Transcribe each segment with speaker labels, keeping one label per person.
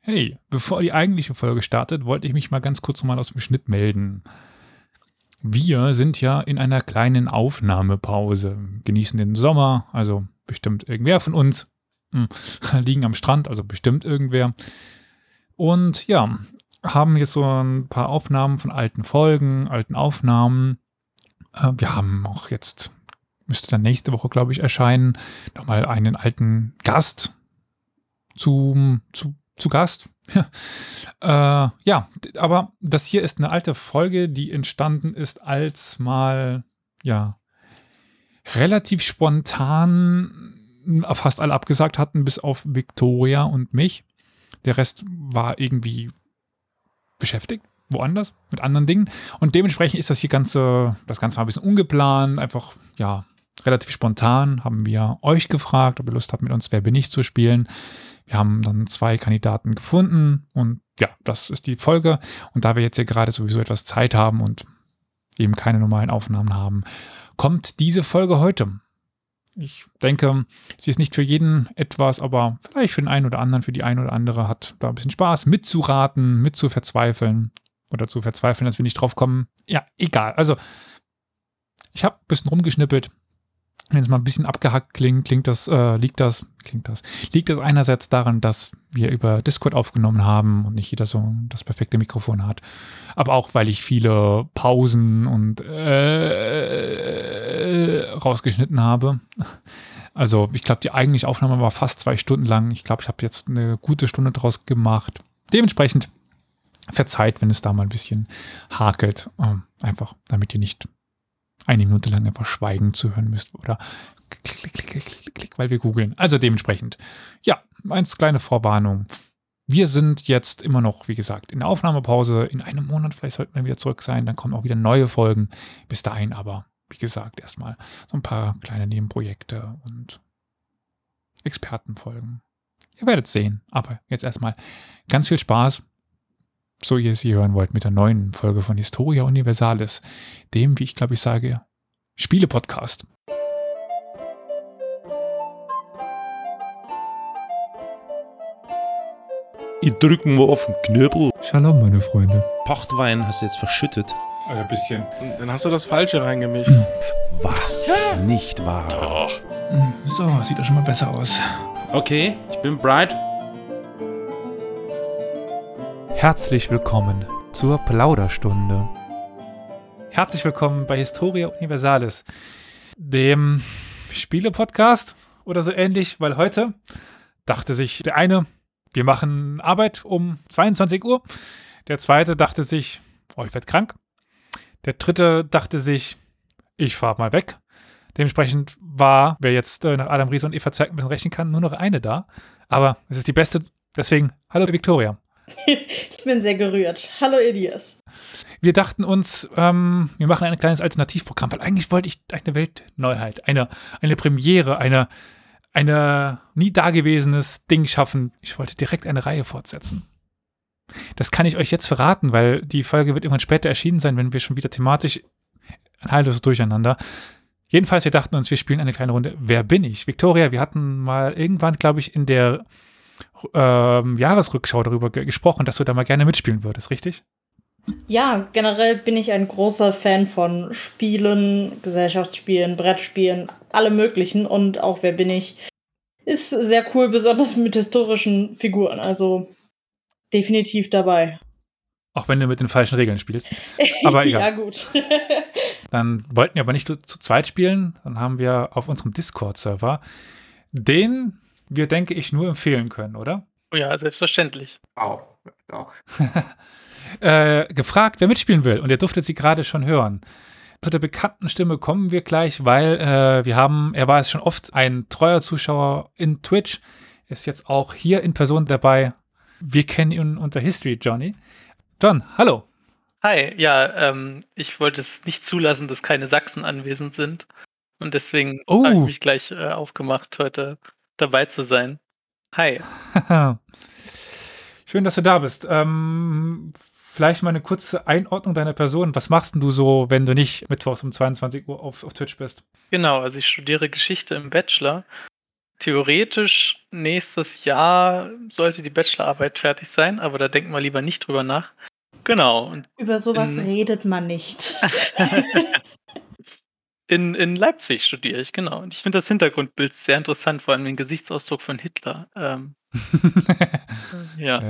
Speaker 1: Hey, bevor die eigentliche Folge startet, wollte ich mich mal ganz kurz nochmal aus dem Schnitt melden. Wir sind ja in einer kleinen Aufnahmepause, genießen den Sommer, also bestimmt irgendwer von uns, hm, liegen am Strand, also bestimmt irgendwer. Und ja, haben jetzt so ein paar Aufnahmen von alten Folgen, alten Aufnahmen. Äh, Wir haben auch jetzt, müsste dann nächste Woche, glaube ich, erscheinen, nochmal einen alten Gast zum, zu, zu Gast. äh, ja, d- aber das hier ist eine alte Folge, die entstanden ist, als mal, ja, relativ spontan äh, fast alle abgesagt hatten, bis auf Victoria und mich. Der Rest war irgendwie beschäftigt, woanders, mit anderen Dingen. Und dementsprechend ist das hier Ganze, das Ganze war ein bisschen ungeplant, einfach, ja, relativ spontan haben wir euch gefragt, ob ihr Lust habt, mit uns Wer bin ich zu spielen. Wir haben dann zwei Kandidaten gefunden und ja, das ist die Folge. Und da wir jetzt hier gerade sowieso etwas Zeit haben und eben keine normalen Aufnahmen haben, kommt diese Folge heute. Ich denke, sie ist nicht für jeden etwas, aber vielleicht für den einen oder anderen, für die einen oder andere hat da ein bisschen Spaß, mitzuraten, mitzuverzweifeln oder zu verzweifeln, dass wir nicht drauf kommen. Ja, egal. Also, ich habe ein bisschen rumgeschnippelt. Wenn es mal ein bisschen abgehackt klingt, klingt das, äh, liegt das, klingt das, liegt das einerseits daran, dass wir über Discord aufgenommen haben und nicht jeder so das perfekte Mikrofon hat. Aber auch, weil ich viele Pausen und äh, rausgeschnitten habe. Also ich glaube, die eigentliche Aufnahme war fast zwei Stunden lang. Ich glaube, ich habe jetzt eine gute Stunde draus gemacht. Dementsprechend verzeiht, wenn es da mal ein bisschen hakelt. Ähm, einfach, damit ihr nicht eine Minute lang einfach schweigen zu hören müsst oder klick, klick, klick, klick, klick, weil wir googeln. Also dementsprechend. Ja, eins kleine Vorwarnung. Wir sind jetzt immer noch, wie gesagt, in der Aufnahmepause. In einem Monat vielleicht sollten wir wieder zurück sein. Dann kommen auch wieder neue Folgen. Bis dahin aber, wie gesagt, erstmal so ein paar kleine Nebenprojekte und Expertenfolgen. Ihr werdet sehen. Aber jetzt erstmal ganz viel Spaß, so ihr sie hören wollt, mit der neuen Folge von Historia Universalis, dem, wie ich glaube, ich sage, Spiele-Podcast.
Speaker 2: Ich drück mal auf den Knöbel.
Speaker 1: Shalom, meine Freunde.
Speaker 2: Pochtwein hast du jetzt verschüttet.
Speaker 1: Ein bisschen.
Speaker 3: Dann hast du das Falsche reingemischt.
Speaker 2: Was? Nicht wahr.
Speaker 1: So, sieht doch schon mal besser aus.
Speaker 2: Okay, ich bin bright.
Speaker 1: Herzlich willkommen zur Plauderstunde. Herzlich willkommen bei Historia Universalis, dem Spiele-Podcast oder so ähnlich, weil heute dachte sich der eine, wir machen Arbeit um 22 Uhr. Der zweite dachte sich, oh, ich werde krank. Der dritte dachte sich, ich fahre mal weg. Dementsprechend war, wer jetzt äh, nach Adam Riese und Eva Zwerg ein bisschen rechnen kann, nur noch eine da. Aber es ist die beste, deswegen, hallo Victoria.
Speaker 4: Ich bin sehr gerührt. Hallo Elias.
Speaker 1: wir dachten uns, ähm, wir machen ein kleines Alternativprogramm, weil eigentlich wollte ich eine Weltneuheit, eine, eine Premiere, eine, eine nie dagewesenes Ding schaffen. Ich wollte direkt eine Reihe fortsetzen. Das kann ich euch jetzt verraten, weil die Folge wird irgendwann später erschienen sein, wenn wir schon wieder thematisch ein heilloses Durcheinander. Jedenfalls, wir dachten uns, wir spielen eine kleine Runde. Wer bin ich? Victoria, wir hatten mal irgendwann, glaube ich, in der ähm, Jahresrückschau darüber ge gesprochen, dass du da mal gerne mitspielen würdest, richtig?
Speaker 4: Ja, generell bin ich ein großer Fan von Spielen, Gesellschaftsspielen, Brettspielen, alle möglichen und auch wer bin ich. Ist sehr cool, besonders mit historischen Figuren. Also definitiv dabei.
Speaker 1: Auch wenn du mit den falschen Regeln spielst. Aber
Speaker 4: ja,
Speaker 1: egal.
Speaker 4: gut.
Speaker 1: Dann wollten wir aber nicht zu, zu zweit spielen. Dann haben wir auf unserem Discord-Server, den wir, denke ich, nur empfehlen können, oder?
Speaker 5: Oh Ja, selbstverständlich.
Speaker 6: Auch. Auch.
Speaker 1: Äh, gefragt, wer mitspielen will. Und ihr durftet sie gerade schon hören. Zu der bekannten Stimme kommen wir gleich, weil äh, wir haben, er war es schon oft, ein treuer Zuschauer in Twitch, ist jetzt auch hier in Person dabei. Wir kennen ihn unter History Johnny. Don, hallo.
Speaker 5: Hi, ja, ähm, ich wollte es nicht zulassen, dass keine Sachsen anwesend sind. Und deswegen
Speaker 1: Oh.
Speaker 5: habe ich mich gleich äh, aufgemacht, heute dabei zu sein. Hi.
Speaker 1: Schön, dass du da bist. Ähm, vielleicht mal eine kurze Einordnung deiner Person. Was machst denn du so, wenn du nicht mittwochs um 22 Uhr auf, auf Twitch bist?
Speaker 5: Genau, also ich studiere Geschichte im Bachelor. theoretisch nächstes Jahr sollte die Bachelorarbeit fertig sein, aber da denken wir lieber nicht drüber nach. Genau. Und
Speaker 4: Über sowas
Speaker 5: In-
Speaker 4: redet man nicht.
Speaker 5: in, in Leipzig studiere ich, genau. Und ich finde das Hintergrundbild sehr interessant, vor allem den Gesichtsausdruck von Hitler. Ähm, ja.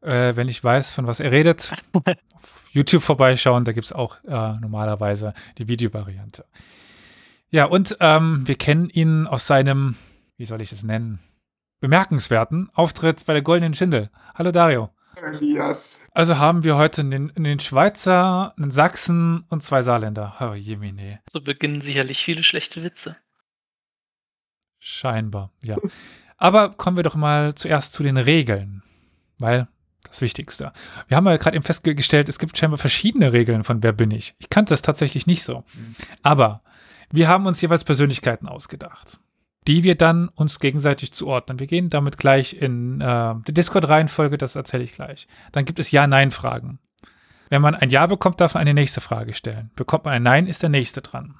Speaker 1: Äh, äh, wenn ich weiß, von was er redet, auf YouTube vorbeischauen, da gibt es auch äh, normalerweise die Videovariante. Ja, und ähm, wir kennen ihn aus seinem, wie soll ich es nennen, bemerkenswerten Auftritt bei der Goldenen Schindel. Hallo Dario.
Speaker 6: Elias.
Speaker 1: Also haben wir heute einen, einen Schweizer, einen Sachsen und zwei Saarländer. Oh, Jemine.
Speaker 5: So beginnen sicherlich viele schlechte Witze.
Speaker 1: Scheinbar, ja. Aber kommen wir doch mal zuerst zu den Regeln, weil das Wichtigste. Wir haben ja gerade eben festgestellt, es gibt scheinbar verschiedene Regeln von Wer bin ich. Ich kannte das tatsächlich nicht so. Aber wir haben uns jeweils Persönlichkeiten ausgedacht, die wir dann uns gegenseitig zuordnen. Wir gehen damit gleich in äh, die Discord-Reihenfolge, das erzähle ich gleich. Dann gibt es Ja-Nein-Fragen. Wenn man ein Ja bekommt, darf man eine nächste Frage stellen. Bekommt man ein Nein, ist der nächste dran.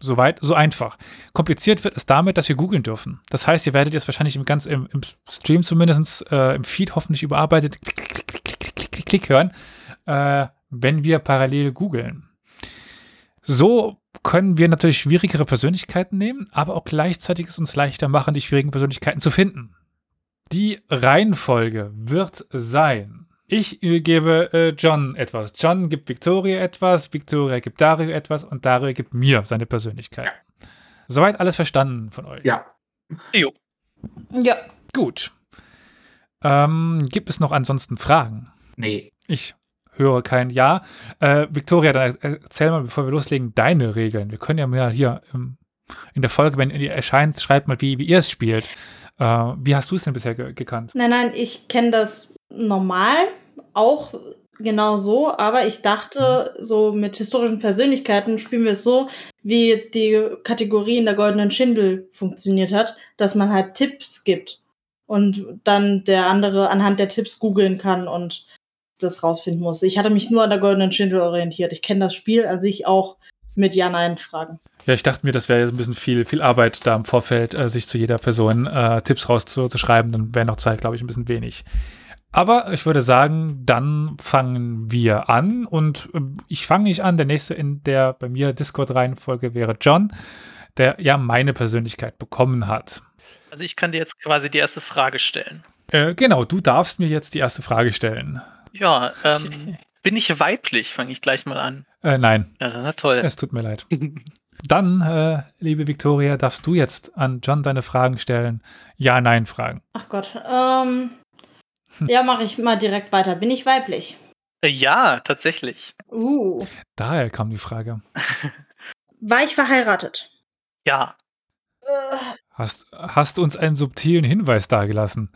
Speaker 1: Soweit, so einfach. Kompliziert wird es damit, dass wir googeln dürfen. Das heißt, ihr werdet jetzt wahrscheinlich im, ganz, im, im Stream zumindest, äh, im Feed hoffentlich überarbeitet, klick, klick, klick, klick, klick, klick, klick hören, äh, wenn wir parallel googeln. So können wir natürlich schwierigere Persönlichkeiten nehmen, aber auch gleichzeitig es uns leichter machen, die schwierigen Persönlichkeiten zu finden. Die Reihenfolge wird sein. Ich äh, gebe äh, John etwas. John gibt Victoria etwas, Victoria gibt Dario etwas und Dario gibt mir seine Persönlichkeit. Soweit alles verstanden von euch.
Speaker 6: Ja.
Speaker 4: ja.
Speaker 1: Gut. Ähm, gibt es noch ansonsten Fragen?
Speaker 6: Nee.
Speaker 1: Ich höre kein Ja. Äh, Victoria, dann er- erzähl mal, bevor wir loslegen, deine Regeln. Wir können ja mal hier ähm, in der Folge, wenn ihr erscheint, schreibt mal, wie, wie ihr es spielt. Äh, wie hast du es denn bisher ge gekannt?
Speaker 4: Nein, nein, ich kenne das normal, auch genau so, aber ich dachte, so mit historischen Persönlichkeiten spielen wir es so, wie die Kategorie in der goldenen Schindel funktioniert hat, dass man halt Tipps gibt und dann der andere anhand der Tipps googeln kann und das rausfinden muss. Ich hatte mich nur an der goldenen Schindel orientiert. Ich kenne das Spiel an sich auch mit Ja-Nein-Fragen.
Speaker 1: Ja, ich dachte mir, das wäre jetzt ein bisschen viel, viel Arbeit, da im Vorfeld äh, sich zu jeder Person äh, Tipps rauszuschreiben. Dann wäre noch Zeit, glaube ich, ein bisschen wenig. Aber ich würde sagen, dann fangen wir an. Und ähm, ich fange nicht an. Der nächste in der bei mir Discord-Reihenfolge wäre John, der ja meine Persönlichkeit bekommen hat.
Speaker 5: Also ich kann dir jetzt quasi die erste Frage stellen.
Speaker 1: Äh, genau, du darfst mir jetzt die erste Frage stellen.
Speaker 5: Ja, ähm, bin ich weiblich? Fange ich gleich mal an.
Speaker 1: Äh, nein,
Speaker 5: Ja, na toll.
Speaker 1: es tut mir leid. Dann, äh, liebe Victoria, darfst du jetzt an John deine Fragen stellen. Ja, nein, Fragen.
Speaker 4: Ach Gott. Ähm, ja, mache ich mal direkt weiter. Bin ich weiblich?
Speaker 5: Äh, ja, tatsächlich.
Speaker 4: Uh.
Speaker 1: Daher kam die Frage.
Speaker 4: War ich verheiratet?
Speaker 5: Ja,
Speaker 1: Hast, hast uns einen subtilen Hinweis dargelassen,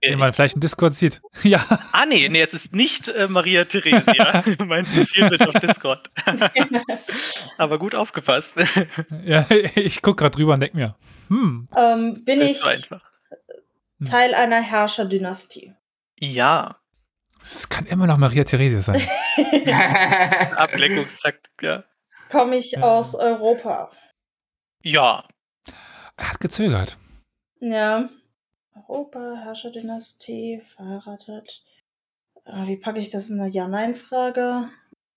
Speaker 5: Äh,
Speaker 1: den man vielleicht im Discord sieht. Ja,
Speaker 5: Ah, nee, nee, es ist nicht äh, Maria Theresia. mein Profilbild auf Discord. Aber gut aufgepasst.
Speaker 1: ja ich gucke gerade drüber und denke mir, hm,
Speaker 4: Ähm, bin
Speaker 5: Das
Speaker 4: ich
Speaker 5: ist zu einfach.
Speaker 4: Teil einer Herrscherdynastie?
Speaker 5: Ja,
Speaker 1: es kann immer noch Maria Theresia sein.
Speaker 5: Ablenkungstaktik, ja.
Speaker 4: Komme ich
Speaker 1: Ja.
Speaker 4: aus Europa?
Speaker 5: Ja,
Speaker 1: Er hat gezögert.
Speaker 4: Ja. Europa, Herrscherdynastie, verheiratet. Äh, Wie packe ich das in eine Ja-Nein-Frage?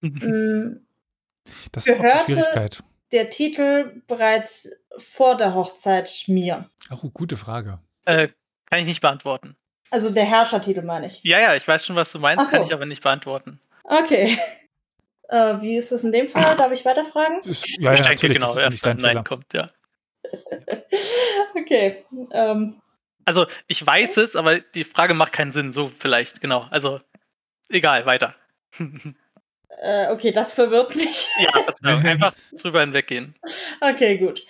Speaker 4: Hm,
Speaker 1: Das ist auch eine
Speaker 4: Gehörte-
Speaker 1: Schwierigkeit.
Speaker 4: Der Titel bereits vor der Hochzeit mir.
Speaker 1: Oh, gute Frage.
Speaker 5: äh, kann ich nicht beantworten.
Speaker 4: Also der Herrschertitel meine ich.
Speaker 5: Ja, ja, ich weiß schon, was du meinst,
Speaker 4: Ach so.
Speaker 5: kann ich aber nicht beantworten.
Speaker 4: Okay. Äh, wie ist das in dem Fall? Darf ich weiterfragen?
Speaker 1: Ist, ja, ja,
Speaker 5: ich denke
Speaker 1: natürlich,
Speaker 5: genau,
Speaker 1: das ist
Speaker 5: erst
Speaker 1: ja
Speaker 5: wenn
Speaker 1: nicht dein Fehler.
Speaker 5: Nein kommt, ja.
Speaker 4: okay. Ähm,
Speaker 5: Also, ich weiß es, aber die Frage macht keinen Sinn, so vielleicht, genau. Also, egal, weiter.
Speaker 4: äh, okay, das verwirrt mich.
Speaker 5: ja, Verzeihung, einfach drüber hinweggehen.
Speaker 4: Okay, gut.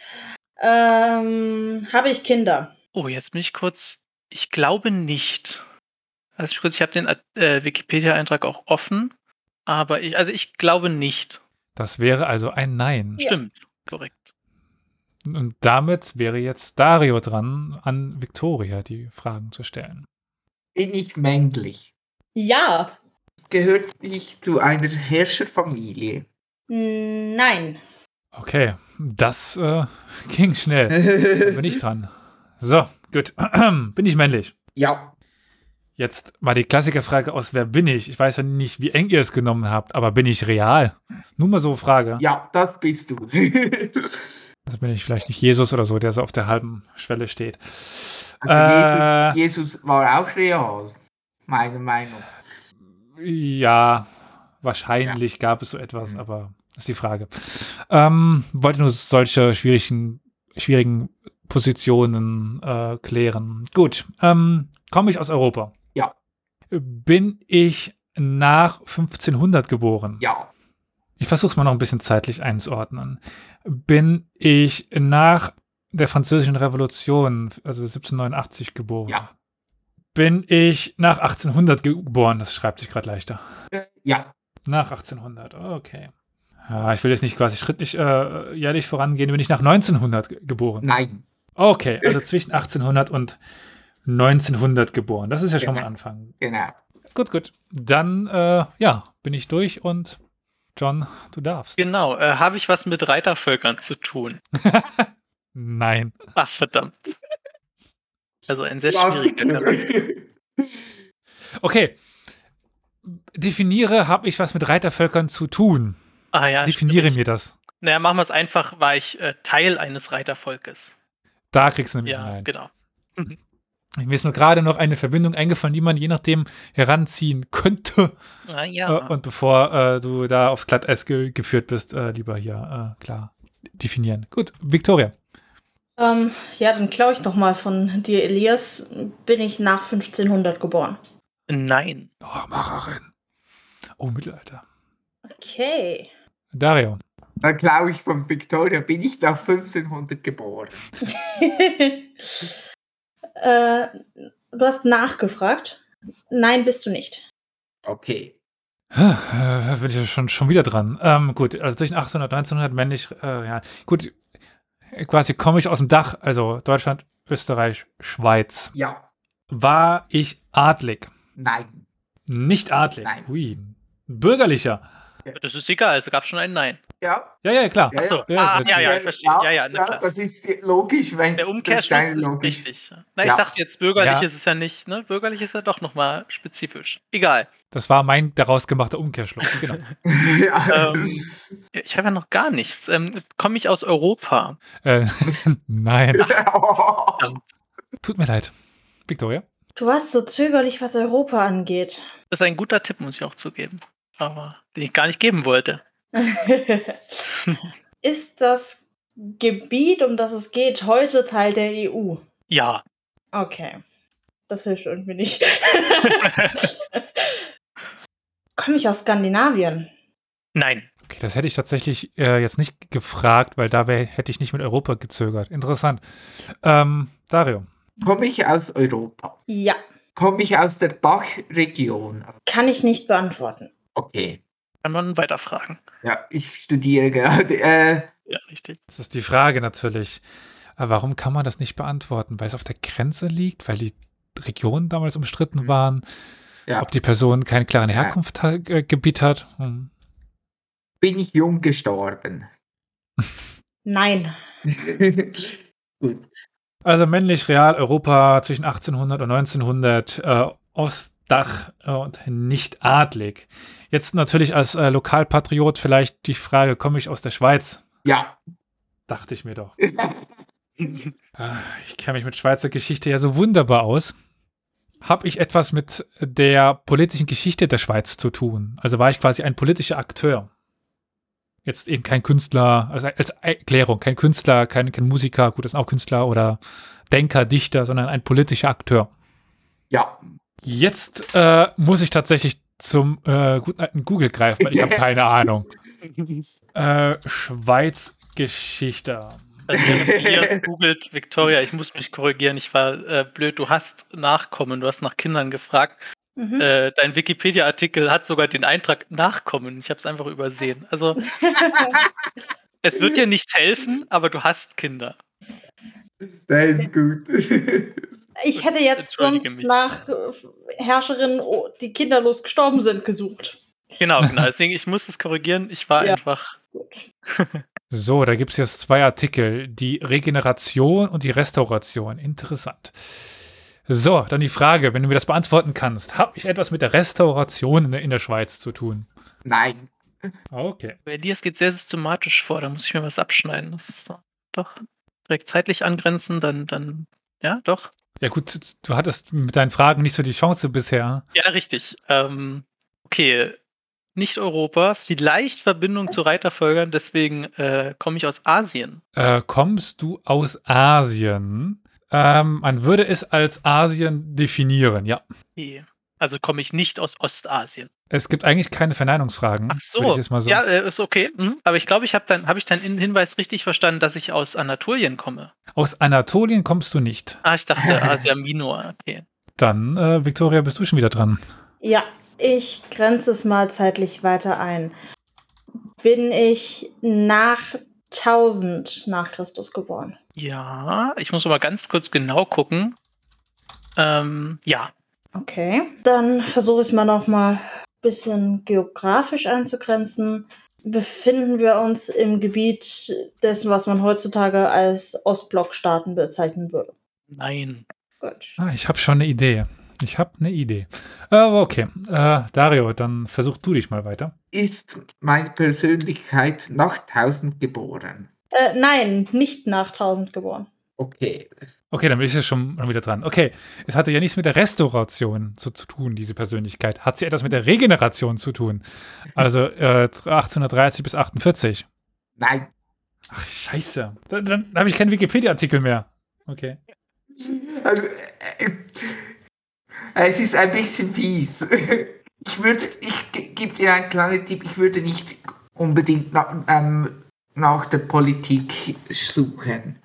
Speaker 4: Ähm, habe ich Kinder?
Speaker 5: Oh, jetzt bin ich kurz. Ich glaube nicht. Also ich kurz, ich habe den äh, Wikipedia-Eintrag auch offen, aber ich, also ich glaube nicht.
Speaker 1: Das wäre also ein Nein.
Speaker 4: Ja.
Speaker 5: Stimmt, korrekt.
Speaker 1: Und damit wäre jetzt Dario dran, an Victoria die Fragen zu stellen.
Speaker 6: Bin ich männlich?
Speaker 4: Ja.
Speaker 6: Gehört ich zu einer Herrscherfamilie?
Speaker 4: Nein.
Speaker 1: Okay, das äh, ging schnell. Dann Bin ich dran. So, gut. bin ich männlich?
Speaker 6: ja.
Speaker 1: Jetzt mal die Klassikerfrage aus, wer bin ich? Ich weiß ja nicht, wie eng ihr es genommen habt, aber bin ich real? Nur mal so eine Frage.
Speaker 6: Ja, das bist du.
Speaker 1: Also bin ich vielleicht nicht Jesus oder so, der so auf der halben Schwelle steht.
Speaker 5: Äh.
Speaker 6: Also Jesus, Jesus war auch real. Meine Meinung.
Speaker 1: Äh, Ja, wahrscheinlich gab es so
Speaker 6: Mhm.
Speaker 1: etwas, aber das ist die Frage. Ähm, wollte nur solche schwierigen, schwierigen Positionen äh, klären. Gut, ähm, komme ich aus Europa?
Speaker 6: Ja.
Speaker 1: Bin ich nach 1500 geboren?
Speaker 6: Ja.
Speaker 1: Ich versuche es mal noch ein bisschen zeitlich einzuordnen. Bin ich nach der Französischen Revolution, also 1789, geboren?
Speaker 6: Ja.
Speaker 1: Bin ich nach 1800 geboren? Das schreibt sich gerade leichter.
Speaker 6: Ja.
Speaker 1: Nach 1800, okay. Ja, ich will jetzt nicht quasi schrittlich äh, jährlich vorangehen, bin ich nach 1900 ge- geboren.
Speaker 6: Nein.
Speaker 1: Okay, also zwischen 1800 und 1900 geboren. Das ist ja schon mal
Speaker 6: Ja.
Speaker 1: ein Anfang.
Speaker 6: Genau.
Speaker 1: Gut, gut. Dann, äh, ja, bin ich durch und John, du darfst.
Speaker 5: Genau, äh, habe ich was mit Reitervölkern zu tun?
Speaker 1: Nein.
Speaker 5: Ach, verdammt. Also ein sehr
Speaker 6: Ja,
Speaker 5: schwieriger.
Speaker 1: Okay. Definiere, habe ich was mit Reitervölkern zu tun?
Speaker 5: Ah ja,
Speaker 1: Definiere
Speaker 5: stimmt.
Speaker 1: mir das.
Speaker 5: Naja, machen wir es einfach, war ich äh, Teil eines Reitervolkes.
Speaker 1: Da kriegst du nämlich
Speaker 5: Ja,
Speaker 1: einen.
Speaker 5: genau.
Speaker 1: Mir ist nur gerade noch eine Verbindung eingefallen, die man je nachdem heranziehen könnte.
Speaker 5: Ah, ja.
Speaker 1: Äh, und bevor äh, du da aufs Glatteis ge geführt bist, äh, lieber hier äh, klar definieren. Gut, Victoria.
Speaker 4: Ähm, ja, dann klaue ich doch mal von dir, Elias. Bin ich nach 1500 geboren?
Speaker 5: Nein.
Speaker 1: Oh, Macherin. Oh, Mittelalter.
Speaker 4: Okay.
Speaker 1: Dario.
Speaker 6: Dann glaube ich von Victoria, bin ich nach 1500 geboren.
Speaker 4: äh, du hast nachgefragt. Nein, bist du nicht.
Speaker 6: Okay.
Speaker 1: Äh, bin ich ja schon, schon wieder dran. Ähm, gut, also zwischen 1800 und 1900 männlich, äh, ja. Gut, äh, quasi komme ich aus dem Dach, also Deutschland, Österreich, Schweiz.
Speaker 6: Ja.
Speaker 1: War ich adlig?
Speaker 6: Nein.
Speaker 1: Nicht adlig.
Speaker 6: Nein.
Speaker 1: Hui. Bürgerlicher.
Speaker 5: Das ist egal, es gab schon ein Nein.
Speaker 6: Ja.
Speaker 1: Ja, ja, klar.
Speaker 6: Ja,
Speaker 5: Achso,
Speaker 1: ja,
Speaker 5: ja, ah,
Speaker 1: natürlich.
Speaker 5: ja, ja, ich verstehe. Ja, ja, na klar.
Speaker 6: Das ist logisch, wenn
Speaker 5: Der
Speaker 6: das
Speaker 5: Umkehrschluss
Speaker 6: deine
Speaker 5: ist
Speaker 6: Logik-
Speaker 5: richtig. Na, ich
Speaker 6: Ja.
Speaker 5: dachte jetzt, bürgerlich
Speaker 1: Ja.
Speaker 5: ist es ja nicht, ne? Bürgerlich ist ja doch nochmal spezifisch. Egal.
Speaker 1: Das war mein daraus gemachter Umkehrschluss. Genau.
Speaker 6: ja.
Speaker 5: Ähm, Ich habe ja noch gar nichts. Ähm, Komme ich aus Europa?
Speaker 1: äh, nein.
Speaker 6: Oh.
Speaker 1: Tut mir leid. Victoria?
Speaker 4: Du warst so zögerlich, was Europa angeht.
Speaker 5: Das ist ein guter Tipp, muss ich auch zugeben. Aber den ich gar nicht geben wollte.
Speaker 4: Ist das Gebiet, um das es geht, heute Teil der EU?
Speaker 5: Ja.
Speaker 4: Okay. Das hilft irgendwie nicht. Komme ich aus Skandinavien?
Speaker 5: Nein.
Speaker 1: Okay, das hätte ich tatsächlich äh, jetzt nicht gefragt, weil da wär, hätte ich nicht mit Europa gezögert. Interessant. Ähm, Dario.
Speaker 6: Komme ich aus Europa?
Speaker 4: Ja,
Speaker 6: Komme ich aus der Dachregion?
Speaker 4: kann ich nicht beantworten.
Speaker 6: Okay.
Speaker 5: Kann man weiterfragen.
Speaker 6: Ja, ich studiere gerade. Äh,
Speaker 5: Ja, richtig.
Speaker 1: Das ist die Frage natürlich. Äh, warum kann man das nicht beantworten? Weil es auf der Grenze liegt, weil die Regionen damals umstritten
Speaker 6: Mhm.
Speaker 1: waren,
Speaker 6: Ja.
Speaker 1: ob die Person keinen klaren
Speaker 6: Ja.
Speaker 1: Herkunftsgebiet äh, hat. Hm.
Speaker 6: bin ich jung gestorben?
Speaker 4: Nein.
Speaker 6: Gut.
Speaker 1: Also männlich, real, Europa zwischen 1800 und 1900, äh, Ostdach äh, und nicht adlig. Jetzt natürlich als äh, Lokalpatriot vielleicht die Frage, komme ich aus der Schweiz?
Speaker 6: Ja.
Speaker 1: Dachte ich mir doch. Ah, Ich kenne mich mit Schweizer Geschichte ja so wunderbar aus. Habe ich etwas mit der politischen Geschichte der Schweiz zu tun? Also war ich quasi ein politischer Akteur. Jetzt eben kein Künstler, also als Erklärung, kein Künstler, kein, kein Musiker, gut, das sind auch Künstler oder Denker, Dichter, sondern ein politischer Akteur.
Speaker 6: ja.
Speaker 1: Jetzt äh, muss ich tatsächlich zum äh, guten alten Google greifen, weil ich habe keine Ahnung. Äh, Schweiz-Geschichte.
Speaker 5: Also während Elias googelt Victoria, ich muss mich korrigieren, ich war äh, blöd, du hast Nachkommen, du hast nach Kindern gefragt.
Speaker 4: Mhm.
Speaker 5: Äh, dein Wikipedia-Artikel hat sogar den Eintrag Nachkommen. Ich habe es einfach übersehen. Also es wird dir nicht helfen, aber du hast Kinder.
Speaker 6: Das ist gut.
Speaker 4: ich hätte jetzt sonst
Speaker 5: entschuldige mich.
Speaker 4: nach äh, Herrscherinnen, oh, die kinderlos gestorben sind, gesucht.
Speaker 5: Genau, genau. Deswegen, ich muss es korrigieren. Ich war
Speaker 4: Ja.
Speaker 5: einfach.
Speaker 4: Gut.
Speaker 1: So, da gibt es jetzt zwei Artikel. Die Regeneration und die Restauration. Interessant. So, dann die Frage, wenn du mir das beantworten kannst. Habe ich etwas mit der Restauration in der, in der Schweiz zu tun?
Speaker 6: Nein.
Speaker 1: Okay.
Speaker 5: Bei Elias geht sehr systematisch vor, da muss ich mir was abschneiden. Das ist doch direkt zeitlich angrenzen, dann, dann, ja, doch.
Speaker 1: Ja gut, du hattest mit deinen Fragen nicht so die Chance bisher.
Speaker 5: Ja, richtig. Ähm, okay, nicht Europa, vielleicht Verbindung zu Reitervölkern, deswegen äh, komme ich aus Asien.
Speaker 1: Äh, kommst du aus Asien? Ähm, man würde es als Asien definieren, ja.
Speaker 5: Okay. Also komme ich nicht aus Ostasien.
Speaker 1: Es gibt eigentlich keine Verneinungsfragen.
Speaker 5: Ach so.
Speaker 1: würde Ich jetzt mal so.
Speaker 5: Ja, äh, ist okay. Mhm. Aber ich glaube, ich habe dann, habe ich deinen Hinweis richtig verstanden, dass ich aus Anatolien komme.
Speaker 1: Aus Anatolien kommst du nicht.
Speaker 5: Ah, ich dachte Asia Minor. Okay.
Speaker 1: Dann, äh, Victoria, bist du schon wieder dran.
Speaker 4: Ja, ich grenze es mal zeitlich weiter ein. Bin ich nach 1000 nach Christus geboren?
Speaker 5: Ja, ich muss mal ganz kurz genau gucken. Ähm, ja.
Speaker 4: Okay. Dann versuche ich es mal nochmal ein bisschen geografisch einzugrenzen. Befinden wir uns im Gebiet dessen, was man heutzutage als Ostblockstaaten bezeichnen würde?
Speaker 5: Nein.
Speaker 4: Gut.
Speaker 1: Ah, ich habe schon eine Idee. Ich habe eine Idee. Äh, okay, äh, Dario, dann versuch du dich mal weiter.
Speaker 6: Ist meine Persönlichkeit nach 1000 geboren?
Speaker 4: Äh, nein, nicht nach 1000 geboren.
Speaker 6: Okay.
Speaker 1: Okay, dann bin ich ja schon schon wieder dran. Okay, es hatte ja nichts mit der Restauration zu, zu tun, diese Persönlichkeit. Hat sie etwas mit der Regeneration zu tun? Also äh, 1830 bis 48.
Speaker 6: Nein.
Speaker 1: Ach, scheiße. Dann, dann habe ich keinen Wikipedia-Artikel mehr. Okay.
Speaker 6: Also, äh, es ist ein bisschen fies. Ich würde, ich gebe dir einen kleinen Tipp, ich würde nicht unbedingt na, ähm, nach der Politik suchen.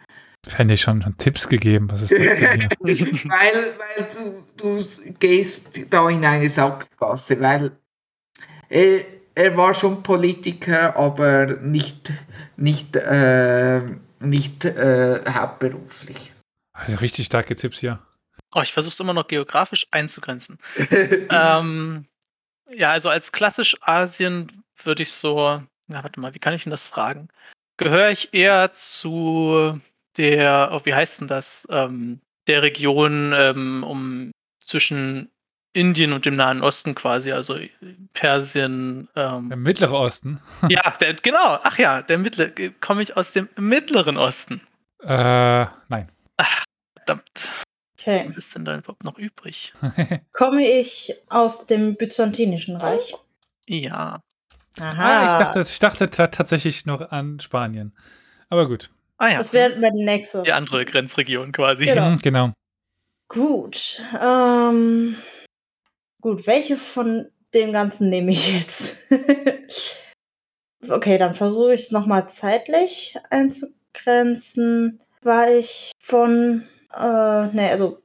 Speaker 1: Fände ich schon schon Tipps gegeben, was ist das denn hier?
Speaker 6: weil weil du, du gehst da in eine Sackgasse, weil er, er war schon Politiker, aber nicht, nicht, äh, nicht äh, hauptberuflich.
Speaker 1: Also richtig starke Tipps hier.
Speaker 5: Oh, ich versuche es immer noch geografisch einzugrenzen. ähm, ja, also als klassisch Asien würde ich so. Na, warte mal, wie kann ich denn das fragen? Gehöre ich eher zu der, oh, wie heißt denn das? Ähm, der Region ähm, um zwischen Indien und dem Nahen Osten quasi, also Persien.
Speaker 1: Der
Speaker 5: Ähm,
Speaker 1: Mittlere Osten.
Speaker 5: ja, der, genau. Ach ja, der Mittlere. Komme ich aus dem Mittleren Osten?
Speaker 1: Äh, nein.
Speaker 5: Verdammt,
Speaker 4: Okay.
Speaker 5: was ist denn da überhaupt noch übrig?
Speaker 4: Komme ich aus dem Byzantinischen Reich?
Speaker 5: Ja.
Speaker 1: Ah, ich dachte, ich dachte ta- tatsächlich noch an Spanien. Aber gut.
Speaker 5: Ah ja.
Speaker 4: das wäre meine nächste.
Speaker 5: die andere Grenzregion quasi.
Speaker 4: Genau.
Speaker 1: Hm, genau.
Speaker 4: Gut. Ähm, gut, welche von dem Ganzen nehme ich jetzt? okay, dann versuche ich es nochmal zeitlich einzugrenzen. War ich von. Äh, nee, also.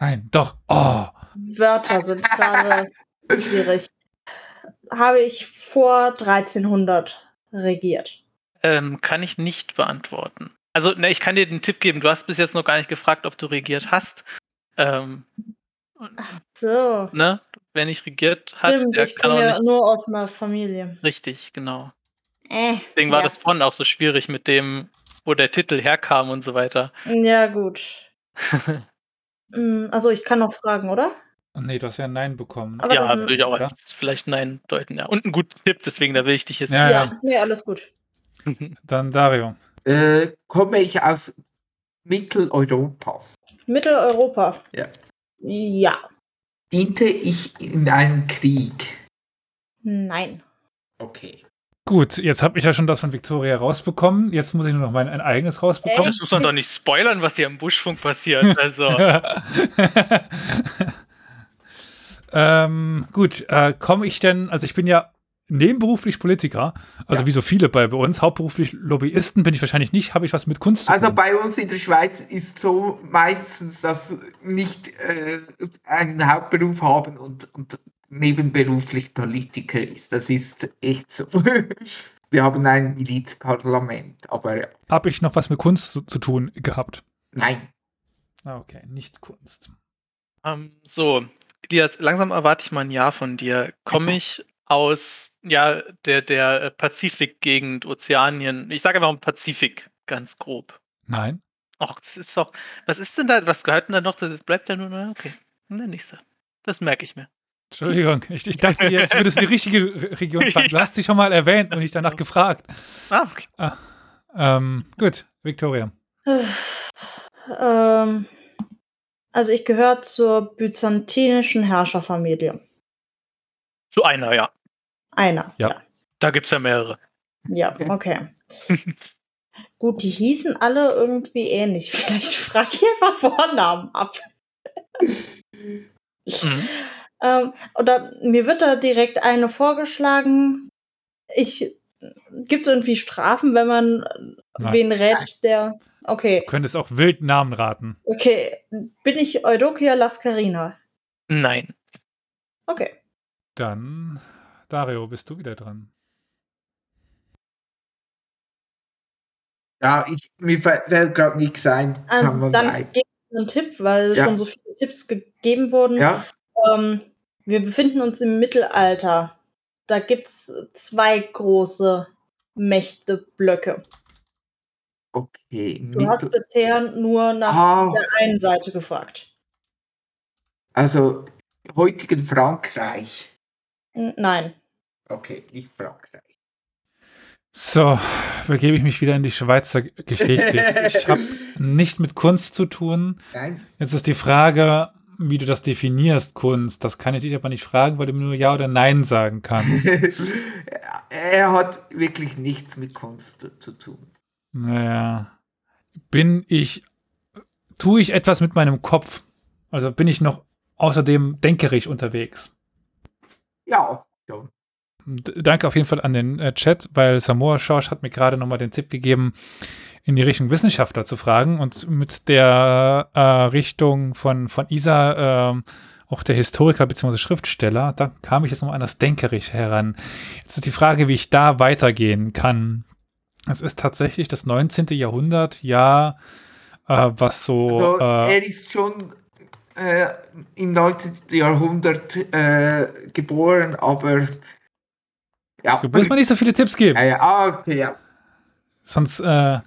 Speaker 1: nein, doch. Oh.
Speaker 4: Wörter sind gerade schwierig. Habe ich vor 1300 regiert?
Speaker 5: Ähm, kann ich nicht beantworten. Also, ne, ich kann dir den Tipp geben. Du hast bis jetzt noch gar nicht gefragt, ob du regiert hast. Ähm,
Speaker 4: So.
Speaker 5: ne? Wer nicht regiert hat,
Speaker 4: Stimmt,
Speaker 5: der
Speaker 4: ich
Speaker 5: kann auch
Speaker 4: komme ja
Speaker 5: nicht.
Speaker 4: nur aus einer Familie.
Speaker 5: Richtig, genau.
Speaker 4: Äh,
Speaker 5: Deswegen war
Speaker 4: ja.
Speaker 5: das vorhin auch so schwierig mit dem, wo der Titel herkam und so weiter.
Speaker 4: Ja, gut. Mm, Also ich kann noch fragen, oder?
Speaker 1: Nee, du hast ja ein Nein bekommen.
Speaker 4: Aber
Speaker 5: ja,
Speaker 4: das-
Speaker 5: würde ich auch
Speaker 1: oder?
Speaker 5: als vielleicht Nein deuten. Ja. Und einen guten Tipp, deswegen, da will ich dich jetzt
Speaker 1: Ja, ja.
Speaker 4: nee, alles gut.
Speaker 5: nicht.
Speaker 1: Dann Dario.
Speaker 6: Äh, komme ich aus Mitteleuropa?
Speaker 4: Mitteleuropa.
Speaker 6: Ja.
Speaker 4: Ja.
Speaker 6: Diente ich in einem Krieg?
Speaker 4: Nein.
Speaker 6: Okay.
Speaker 1: Gut, jetzt habe ich ja schon das von Victoria rausbekommen. Jetzt muss ich nur noch mein ein eigenes rausbekommen.
Speaker 5: Das muss man doch nicht spoilern, was hier im Buschfunk passiert. Also,
Speaker 1: ähm, gut, äh, komme ich denn, also ich bin ja nebenberuflich Politiker, also wie so viele bei, bei uns, hauptberuflich Lobbyisten bin ich wahrscheinlich nicht, habe ich was mit Kunst zu
Speaker 6: Also
Speaker 1: tun.
Speaker 6: bei uns in der Schweiz ist so meistens, dass nicht äh, einen Hauptberuf haben und, und nebenberuflich Politiker ist. Das ist echt so. Wir haben ein Milizparlament, aber
Speaker 1: Habe ich noch was mit Kunst zu, zu tun gehabt?
Speaker 6: nein.
Speaker 1: Ah, okay, nicht Kunst.
Speaker 5: ähm, so, Elias, langsam erwarte ich mal ein Ja von dir. Komme ich aus ja, der, der äh, Pazifikgegend, Ozeanien. Ich sage einfach mal Pazifik, ganz grob.
Speaker 1: Nein.
Speaker 5: Ach, das ist doch. Was ist denn da? Was gehört denn da noch? Das bleibt ja nur. na, Okay, der nächste. Das merke ich mir.
Speaker 1: Entschuldigung, ich, ich dachte, jetzt würdest du die richtige Re- Region fragen. Du hast sie schon mal erwähnt und nicht danach gefragt.
Speaker 5: Ah, okay.
Speaker 1: Ähm, gut, Victoria.
Speaker 4: Ähm, also ich gehöre zur byzantinischen Herrscherfamilie.
Speaker 5: Zu einer, ja.
Speaker 4: Einer.
Speaker 1: Ja.
Speaker 5: Da gibt es ja mehrere.
Speaker 4: Ja, okay. Gut, die hießen alle irgendwie ähnlich. Vielleicht frage ich einfach Vornamen ab.
Speaker 5: Mhm.
Speaker 4: Ähm, oder mir wird da direkt eine vorgeschlagen. Ich gibt es irgendwie Strafen, wenn man äh,
Speaker 1: Nein.
Speaker 4: wen rät, der. Okay,
Speaker 1: Du könntest auch wild Namen raten.
Speaker 4: okay. Bin ich Eudokia Lascarina?
Speaker 5: Nein.
Speaker 4: Okay.
Speaker 1: Dann, Dario, bist du wieder dran.
Speaker 6: Ja, ich, mir fällt gerade nichts ein. Kann
Speaker 4: Ähm,
Speaker 6: man
Speaker 4: dann
Speaker 6: leid.
Speaker 4: gebe ich einen Tipp, weil
Speaker 6: Ja.
Speaker 4: schon so viele Tipps gegeben wurden.
Speaker 6: Ja,
Speaker 4: Ähm, wir befinden uns im Mittelalter. Da gibt es zwei große Mächteblöcke.
Speaker 6: okay.
Speaker 4: Du hast bisher nur nach
Speaker 6: ah,
Speaker 4: der einen Seite gefragt.
Speaker 6: also heutigen Frankreich.
Speaker 4: N- Nein.
Speaker 6: Okay, nicht Frankreich.
Speaker 1: So, begebe ich mich wieder in die Schweizer Geschichte. Jetzt, Ich habe nicht mit Kunst zu tun.
Speaker 6: Nein,
Speaker 1: Jetzt ist die Frage, wie du das definierst, Kunst. Das kann ich dich aber nicht fragen, weil du mir nur Ja oder Nein sagen kannst.
Speaker 6: er hat wirklich nichts mit Kunst zu tun.
Speaker 1: naja. Bin ich, tue ich etwas mit meinem Kopf? Also bin ich noch außerdem denkerig unterwegs?
Speaker 6: Ja, ja.
Speaker 1: D danke auf jeden Fall an den äh, Chat, weil Samoa Schorsch hat mir gerade nochmal den Tipp gegeben, in die Richtung Wissenschaftler zu fragen und mit der äh, Richtung von, von Isa, ähm, auch der Historiker bzw. Schriftsteller, da kam ich jetzt nochmal an das Denkerich heran. Jetzt ist die Frage, wie ich da weitergehen kann. Es ist tatsächlich das 19. Jahrhundert, ja, äh, was so.
Speaker 6: Also,
Speaker 1: äh,
Speaker 6: er ist schon äh, im 19. Jahrhundert äh, geboren, aber ja.
Speaker 1: du musst mal nicht so viele Tipps geben.
Speaker 6: ja, ja, ah, okay, ja.
Speaker 1: Sonst, äh,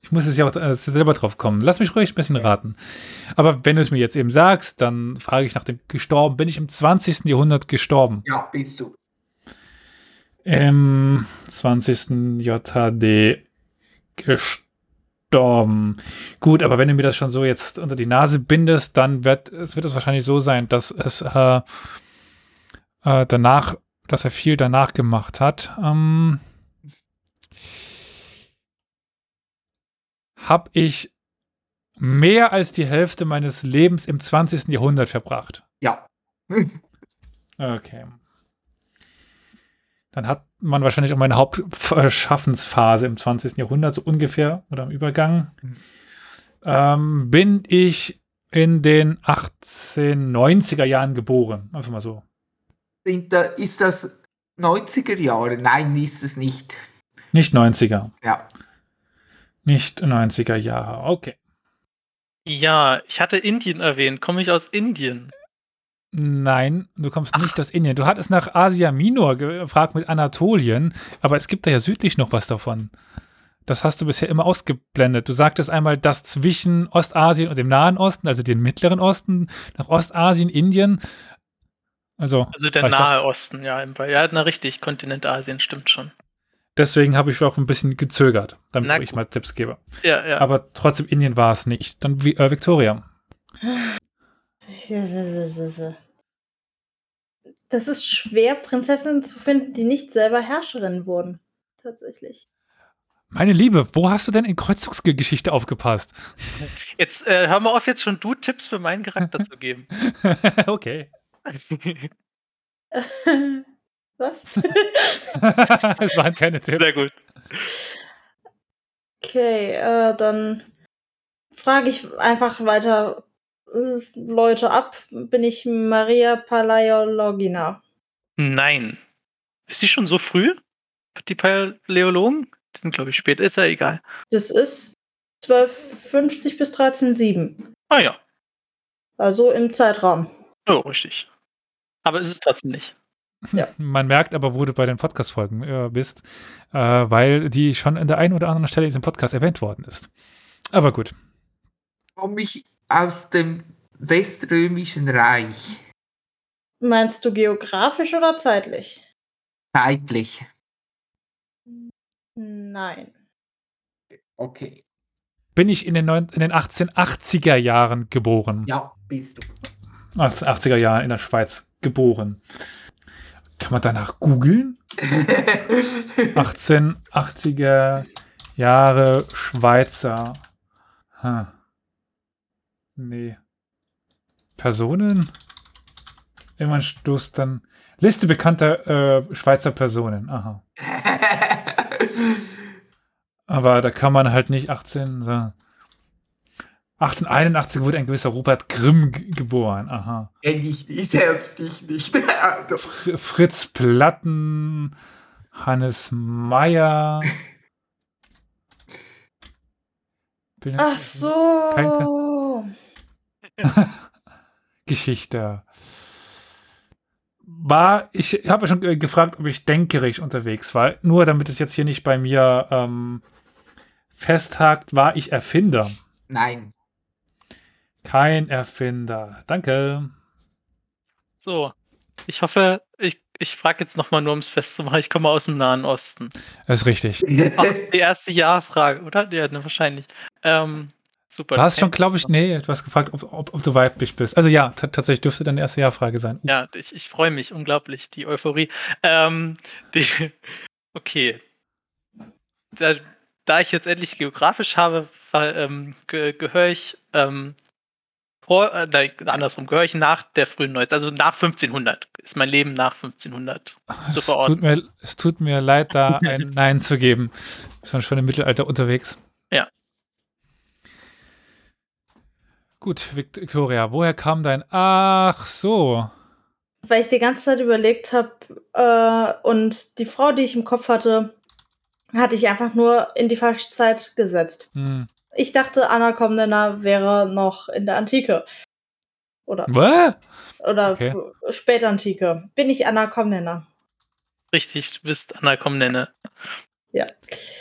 Speaker 1: ich muss es ja auch äh, selber drauf kommen. Lass mich ruhig ein bisschen raten. Aber wenn du es mir jetzt eben sagst, dann frage ich nach dem gestorben. Bin ich im 20. Jahrhundert gestorben?
Speaker 6: Ja, bist du.
Speaker 1: Im 20. JHD gestorben. Gut, aber wenn du mir das schon so jetzt unter die Nase bindest, dann wird es, wird es wahrscheinlich so sein, dass es äh, äh, danach, dass er viel danach gemacht hat. Ähm, Habe ich mehr als die Hälfte meines Lebens im 20. Jahrhundert verbracht?
Speaker 6: Ja.
Speaker 1: Okay. Dann hat man wahrscheinlich auch meine Hauptschaffensphase im 20. Jahrhundert, so ungefähr, oder im Übergang.
Speaker 6: Mhm.
Speaker 1: Ähm, bin ich in den 1890er Jahren geboren. Einfach mal so.
Speaker 6: Sind da, ist das 90er Jahre? Nein, ist es nicht.
Speaker 1: Nicht 90er.
Speaker 6: Ja.
Speaker 1: Nicht 90er Jahre. Okay.
Speaker 5: Ja, ich hatte Indien erwähnt. Komme ich aus Indien?
Speaker 1: Nein, du kommst nicht aus Indien. Du hattest nach Asia Minor gefragt mit Anatolien, aber es gibt da ja südlich noch was davon. Das hast du bisher immer ausgeblendet. Du sagtest einmal, dass zwischen Ostasien und dem Nahen Osten, also den Mittleren Osten, nach Ostasien, Indien, also
Speaker 5: Also der
Speaker 1: Ich dachte-
Speaker 5: Nahe Osten, ja. im Fall- Ja, na richtig. Kontinent Asien stimmt schon.
Speaker 1: deswegen habe ich auch ein bisschen gezögert, damit
Speaker 5: Na
Speaker 1: ich mal Tipps gebe.
Speaker 5: Ja, ja.
Speaker 1: Aber trotzdem, Indien war es nicht. Dann Vi- äh, Victoria.
Speaker 4: äh, Das ist schwer, Prinzessinnen zu finden, die nicht selber Herrscherin wurden. Tatsächlich.
Speaker 1: Meine Liebe, wo hast du denn in Kreuzzugsgeschichte aufgepasst?
Speaker 5: Jetzt äh, hör mal auf, jetzt schon du Tipps für meinen Charakter zu geben.
Speaker 1: okay.
Speaker 4: Was?
Speaker 1: es waren keine Tipps.
Speaker 5: Sehr gut.
Speaker 4: Okay, äh, dann frage ich einfach weiter äh, Leute ab. Bin ich Maria Palaiologina?
Speaker 5: Nein. Ist sie schon so früh? Die Paläologen? Die sind, glaube ich, spät. Ist ja egal.
Speaker 4: Das ist 1250 bis 1307.
Speaker 5: Ah ja.
Speaker 4: Also im Zeitraum.
Speaker 5: Oh, richtig. Aber ist es trotzdem nicht.
Speaker 4: Ja.
Speaker 1: Man merkt aber, wo du bei den Podcast-Folgen äh, bist, äh, weil die schon an der einen oder anderen Stelle in diesem Podcast erwähnt worden ist. Aber gut.
Speaker 6: Komme ich aus dem Weströmischen Reich.
Speaker 4: Meinst du geografisch oder zeitlich?
Speaker 6: Zeitlich.
Speaker 4: Nein.
Speaker 6: Okay.
Speaker 1: Bin ich in den, neun, in den 1880er Jahren geboren.
Speaker 6: Ja, bist du.
Speaker 1: 1880er Jahren in der Schweiz geboren. Kann man danach googeln? 1880er Jahre Schweizer. Hm. Nee. Personen? Irgendwann stoßt dann. Liste bekannter äh, Schweizer Personen. Aha. Aber da kann man halt nicht 18. So. 1881 wurde ein gewisser Robert Grimm g- geboren. Aha.
Speaker 6: Kenn ich nicht, selbst ich nicht. Also,
Speaker 1: Fr Fritz Platten, Hannes Meyer. Bin-
Speaker 4: Ach so.
Speaker 1: Geschichte. War, ich habe ja schon äh, gefragt, ob ich denkerig unterwegs war. Nur damit es jetzt hier nicht bei mir ähm, festhakt, war ich Erfinder.
Speaker 6: nein.
Speaker 1: Kein Erfinder. Danke.
Speaker 5: So, ich hoffe, ich, ich frage jetzt nochmal nur, um es festzumachen. Ich komme aus dem Nahen Osten.
Speaker 1: Das ist richtig.
Speaker 5: Ach, die erste Ja-Frage, oder? Ja, ne, wahrscheinlich. Ähm, super.
Speaker 1: Du hast schon, glaube ich, nee, du hast gefragt, ob, ob, ob du weiblich bist. Also ja, t- tatsächlich dürfte deine erste Ja-Frage sein.
Speaker 5: Ja, ich, ich freue mich unglaublich, die Euphorie. Ähm, die, okay. Da, da ich jetzt endlich geografisch habe, ver- ähm, ge, gehöre ich ähm, vor, äh, nein, andersrum, gehöre ich nach der frühen Neuzeit, also nach 1500. Ist mein Leben nach 1500 zu
Speaker 1: es, tut
Speaker 5: verorten.
Speaker 1: mir, es tut mir leid, da ein Nein zu geben. Wir sind schon im Mittelalter unterwegs.
Speaker 5: Ja.
Speaker 1: Gut, Vikt- Victoria, woher kam dein Ach so?
Speaker 4: Weil ich die ganze Zeit überlegt habe äh, und die Frau, die ich im Kopf hatte, hatte ich einfach nur in die falsche Zeit gesetzt.
Speaker 1: Hm.
Speaker 4: Ich dachte, Anna Komnena wäre noch in der Antike. Oder,
Speaker 1: Wä?
Speaker 4: oder
Speaker 1: Okay.
Speaker 4: f- Spätantike. Bin ich Anna Komnena?
Speaker 5: Richtig, du bist Anakomnenne.
Speaker 4: Ja.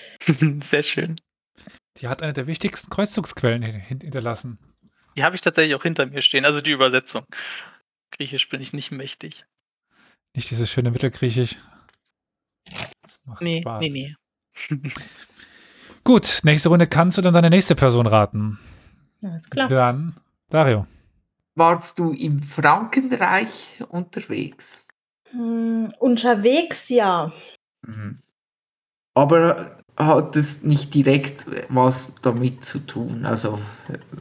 Speaker 5: Sehr schön.
Speaker 1: Die hat eine der wichtigsten Kreuzzugsquellen hin- hin- hinterlassen.
Speaker 5: Die habe ich tatsächlich auch hinter mir stehen, also die Übersetzung. Griechisch bin ich nicht mächtig.
Speaker 1: Nicht dieses schöne Mittelgriechisch. Das macht
Speaker 5: Nee,
Speaker 1: Spaß.
Speaker 5: nee, nee.
Speaker 1: Gut, nächste Runde kannst du dann deine nächste Person raten.
Speaker 4: Alles klar.
Speaker 1: Dann Dario.
Speaker 6: Warst du im Frankenreich unterwegs?
Speaker 4: Hm, unterwegs, ja.
Speaker 6: Mhm. Aber äh, hat es nicht direkt was damit zu tun? Also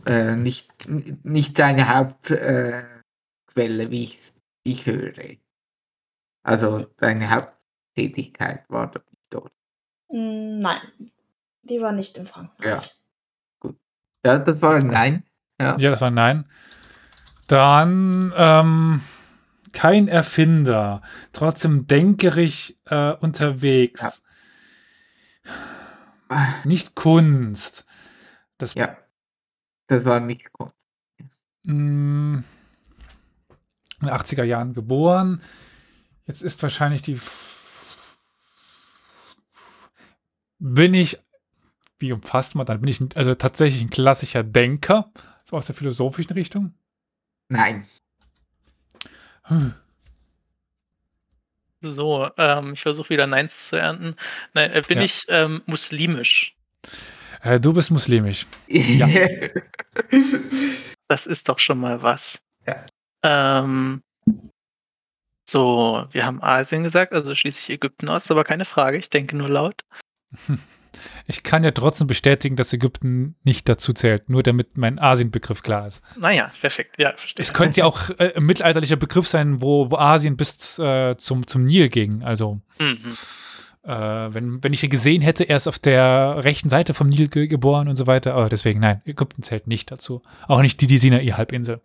Speaker 6: äh, nicht, nicht deine Hauptquelle, äh, Quelle, wie ich, ich höre. Also deine Haupttätigkeit war damit dort.
Speaker 4: Hm, nein. Die war nicht im Frankreich.
Speaker 6: Ja. Ja, das war ein Nein.
Speaker 1: Ja, das war ein Nein. Dann ähm, kein Erfinder, trotzdem denkerig äh, unterwegs. Nicht Kunst. Das
Speaker 6: Ja. Das war nicht gut.
Speaker 1: mh, in mm, den 80er Jahren geboren. Jetzt ist wahrscheinlich die. F- Bin ich. Wie umfasst man dann? Bin ich ein- also tatsächlich ein klassischer Denker, so aus der philosophischen Richtung?
Speaker 6: Nein.
Speaker 1: Hm.
Speaker 5: So, ähm, ich versuche wieder Neins zu ernten. Nein, äh, bin
Speaker 1: Ja.
Speaker 5: ich ähm, muslimisch?
Speaker 1: Äh, du bist muslimisch. Ja.
Speaker 5: Das ist doch schon mal was.
Speaker 6: Ja.
Speaker 5: Ähm, so, wir haben Asien gesagt, also schließe ich Ägypten aus, aber keine Frage, ich denke nur laut.
Speaker 1: Ich kann ja trotzdem bestätigen, dass Ägypten nicht dazu zählt, nur damit mein Asien-Begriff klar ist.
Speaker 5: Naja, perfekt, ja, verstehe.
Speaker 1: Es könnte ja auch äh, ein mittelalterlicher Begriff sein, wo, wo Asien bis äh, zum, zum Nil ging. Also,
Speaker 5: Mhm.
Speaker 1: äh, wenn, wenn ich ihn gesehen hätte, er ist auf der rechten Seite vom Nil ge geboren und so weiter. Aber deswegen, nein, Ägypten zählt nicht dazu. Auch nicht die, die Sinai-Halbinsel.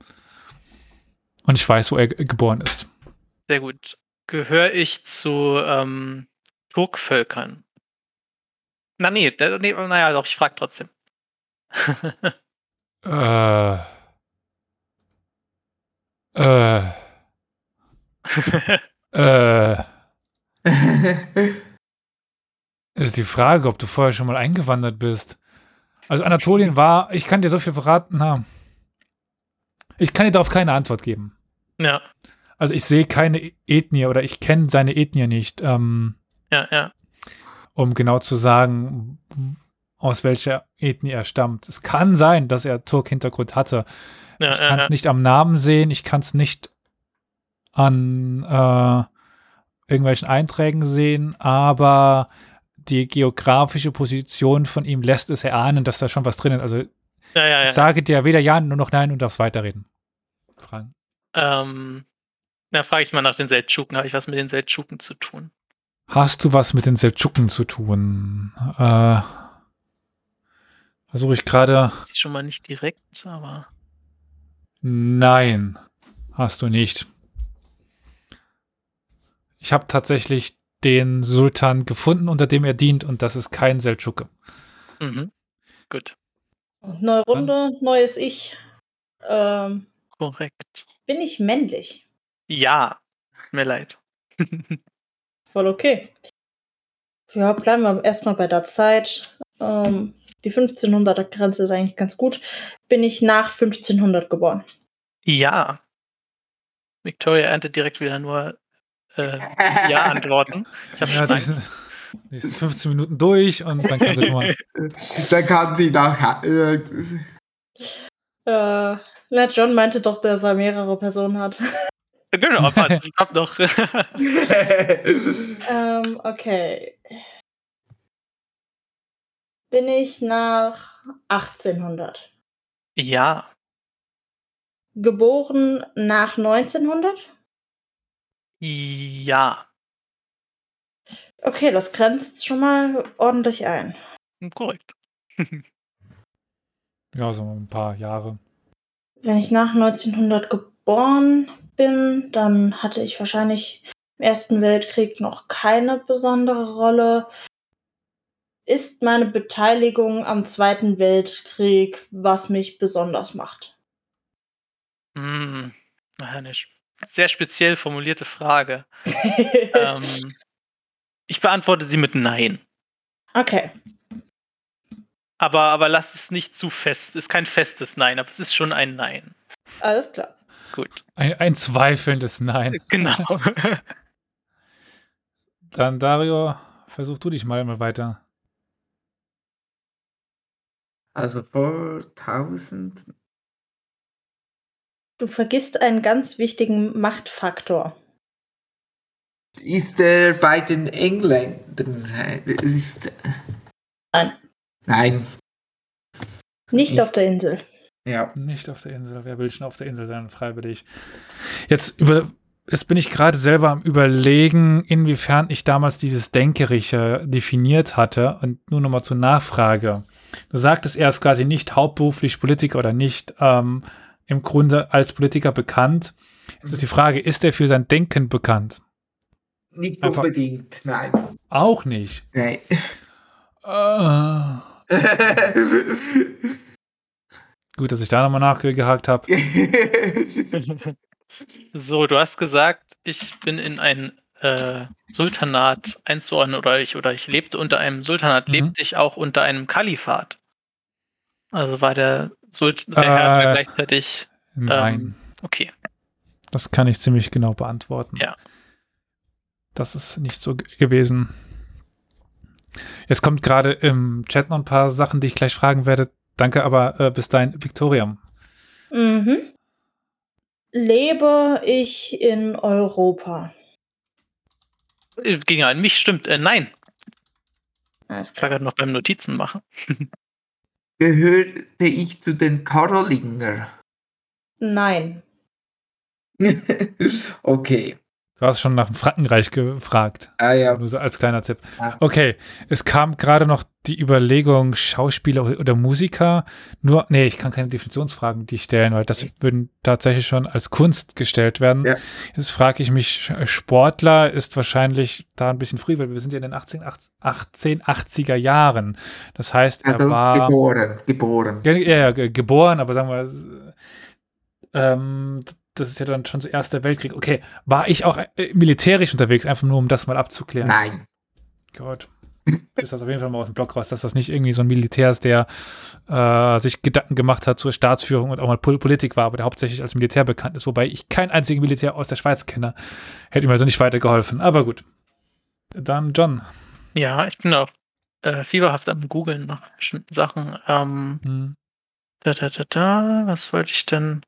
Speaker 1: Und ich weiß, wo er ge- geboren ist.
Speaker 5: Sehr gut. Gehöre ich zu ähm, Turkvölkern? Na nee, da- nee naja, doch, ich frage trotzdem.
Speaker 1: Äh. Äh. Äh. die Frage, ob du vorher schon mal eingewandert bist. Also Anatolien war, ich kann dir so viel verraten, na, ich kann dir darauf keine Antwort geben.
Speaker 5: Ja,
Speaker 1: Also ich sehe keine Ethnie oder ich kenne seine Ethnie nicht, ähm,
Speaker 5: ja, ja.
Speaker 1: um genau zu sagen, aus welcher Ethnie er stammt. Es kann sein, dass er Turk-Hintergrund hatte.
Speaker 5: ja,
Speaker 1: Ich
Speaker 5: ja,
Speaker 1: kann
Speaker 5: ja.
Speaker 1: es nicht am Namen sehen, ich kann es nicht an äh, irgendwelchen Einträgen sehen, aber die geografische Position von ihm lässt es erahnen, dass da schon was drin ist. Also
Speaker 5: ja, ja, ja.
Speaker 1: ich sage dir weder ja nur noch nein und darfst weiterreden. Fragen.
Speaker 5: Ähm, da frage ich mal nach den Seldschuken. Habe ich was mit den Seldschuken zu tun?
Speaker 1: Hast du was mit den Seldschuken zu tun? Äh, Versuche ich gerade.
Speaker 5: Sie schon mal nicht direkt, aber.
Speaker 1: Nein, hast du nicht. Ich habe tatsächlich den Sultan gefunden, unter dem er dient, und das ist kein Seldschuke.
Speaker 5: Mhm. Gut,
Speaker 4: Neue Runde, neues Ich. Ähm,
Speaker 5: korrekt.
Speaker 4: bin ich männlich?
Speaker 5: Ja, mir leid.
Speaker 4: Voll okay. Ja, bleiben wir erstmal bei der Zeit. Ähm, die 1500er Grenze ist eigentlich ganz gut. Bin ich nach 1500 geboren?
Speaker 5: ja. Victoria erntet direkt wieder nur äh, Ja-Antworten. Ich habe
Speaker 1: Ja,
Speaker 5: schon
Speaker 1: die
Speaker 5: Angst.
Speaker 1: sind, die sind 15 Minuten durch und dann kannst du schon mal.
Speaker 6: Dann kann sie nachher. Äh,
Speaker 4: Äh, na, John meinte doch, dass er mehrere Personen hat.
Speaker 5: Genau, aber ich hab noch.
Speaker 4: Ähm, okay. Bin ich nach 1800?
Speaker 5: ja,
Speaker 4: Geboren nach 1900?
Speaker 5: ja,
Speaker 4: Okay, das grenzt schon mal ordentlich ein.
Speaker 5: Hm, korrekt.
Speaker 1: Ja, so ein paar Jahre.
Speaker 4: Wenn ich nach 1900 geboren bin, dann hatte ich wahrscheinlich im Ersten Weltkrieg noch keine besondere Rolle. Ist meine Beteiligung am Zweiten Weltkrieg, was mich besonders macht?
Speaker 5: Hm, naja, eine sch- sehr speziell formulierte Frage. ähm, ich beantworte sie mit Nein.
Speaker 4: okay.
Speaker 5: Aber, aber lass es nicht zu fest. Ist kein festes Nein, aber es ist schon ein Nein.
Speaker 4: Alles klar.
Speaker 5: Gut,
Speaker 1: Ein, ein zweifelndes Nein.
Speaker 5: genau.
Speaker 1: Dann, Dario, versuch du dich mal, mal weiter.
Speaker 6: also vor 1000.
Speaker 4: Du vergisst einen ganz wichtigen Machtfaktor.
Speaker 6: Ist er bei den Engländern? Es Ist,
Speaker 4: Nein.
Speaker 6: Nein.
Speaker 4: Nicht
Speaker 6: Ich-
Speaker 4: auf der Insel.
Speaker 6: Ja.
Speaker 1: Nicht auf der Insel. Wer will schon auf der Insel sein, freiwillig? Jetzt, über, jetzt bin ich gerade selber am Überlegen, inwiefern ich damals dieses Denkerische definiert hatte. Und nur nochmal zur Nachfrage. Du sagtest, er ist quasi nicht hauptberuflich Politiker oder nicht ähm, im Grunde als Politiker bekannt. Jetzt ist die Frage, ist er für sein Denken bekannt?
Speaker 6: Nicht
Speaker 1: Einfach-
Speaker 6: unbedingt. Nein.
Speaker 1: Auch nicht.
Speaker 6: Nein.
Speaker 1: Äh, gut, dass ich da nochmal nachgehakt habe.
Speaker 5: So, du hast gesagt, ich bin in ein äh, Sultanat einzuordnen oder ich, oder ich lebte unter einem Sultanat,
Speaker 1: Mhm.
Speaker 5: lebte ich auch unter einem Kalifat. Also war der Sultan, der
Speaker 1: Äh.
Speaker 5: Herrscher gleichzeitig. ähm,
Speaker 1: Nein.
Speaker 5: Okay.
Speaker 1: Das kann ich ziemlich genau beantworten.
Speaker 5: Ja.
Speaker 1: Das ist nicht so g- gewesen. Jetzt kommt gerade im Chat noch ein paar Sachen, die ich gleich fragen werde. Danke, aber äh, bis dahin, Victoria.
Speaker 4: Mhm. Lebe ich in Europa?
Speaker 5: Ging an mich, stimmt. Äh, nein,
Speaker 4: Alles
Speaker 5: ich war
Speaker 4: klar.
Speaker 5: gerade noch beim Notizen machen.
Speaker 6: Gehörte ich zu den Karolinger?
Speaker 4: Nein.
Speaker 6: okay.
Speaker 1: Du hast schon nach dem Frankenreich gefragt.
Speaker 6: Ah ja.
Speaker 1: Nur so als kleiner Tipp.
Speaker 6: Ja.
Speaker 1: Okay, es kam gerade noch die Überlegung, Schauspieler oder Musiker. Nur, nee, ich kann keine Definitionsfragen die stellen, weil das würden tatsächlich schon als Kunst gestellt werden.
Speaker 6: Ja.
Speaker 1: Jetzt frage ich mich, Sportler ist wahrscheinlich da ein bisschen früh, weil wir sind ja in den 18, 1880er Jahren. Das heißt, er
Speaker 6: Also
Speaker 1: war
Speaker 6: geboren. Geboren.
Speaker 1: ja, ja, ge- geboren, aber sagen wir, ähm, das ist ja dann schon so Erster Weltkrieg. Okay, war ich auch äh, militärisch unterwegs, einfach nur um das mal abzuklären.
Speaker 6: Nein.
Speaker 1: Gott. ist das auf jeden Fall mal aus dem Block raus, dass das nicht irgendwie so ein Militär ist, der äh, sich Gedanken gemacht hat zur Staatsführung und auch mal Pol Politik war, aber der hauptsächlich als Militär bekannt ist, wobei ich keinen einzigen Militär aus der Schweiz kenne. Hätte ihm also nicht weitergeholfen, aber gut. Dann John.
Speaker 5: Ja, ich bin auch äh, fieberhaft am Googeln nach bestimmten Sachen. Ähm,
Speaker 1: Hm.
Speaker 5: da, da, da, da, was wollte ich denn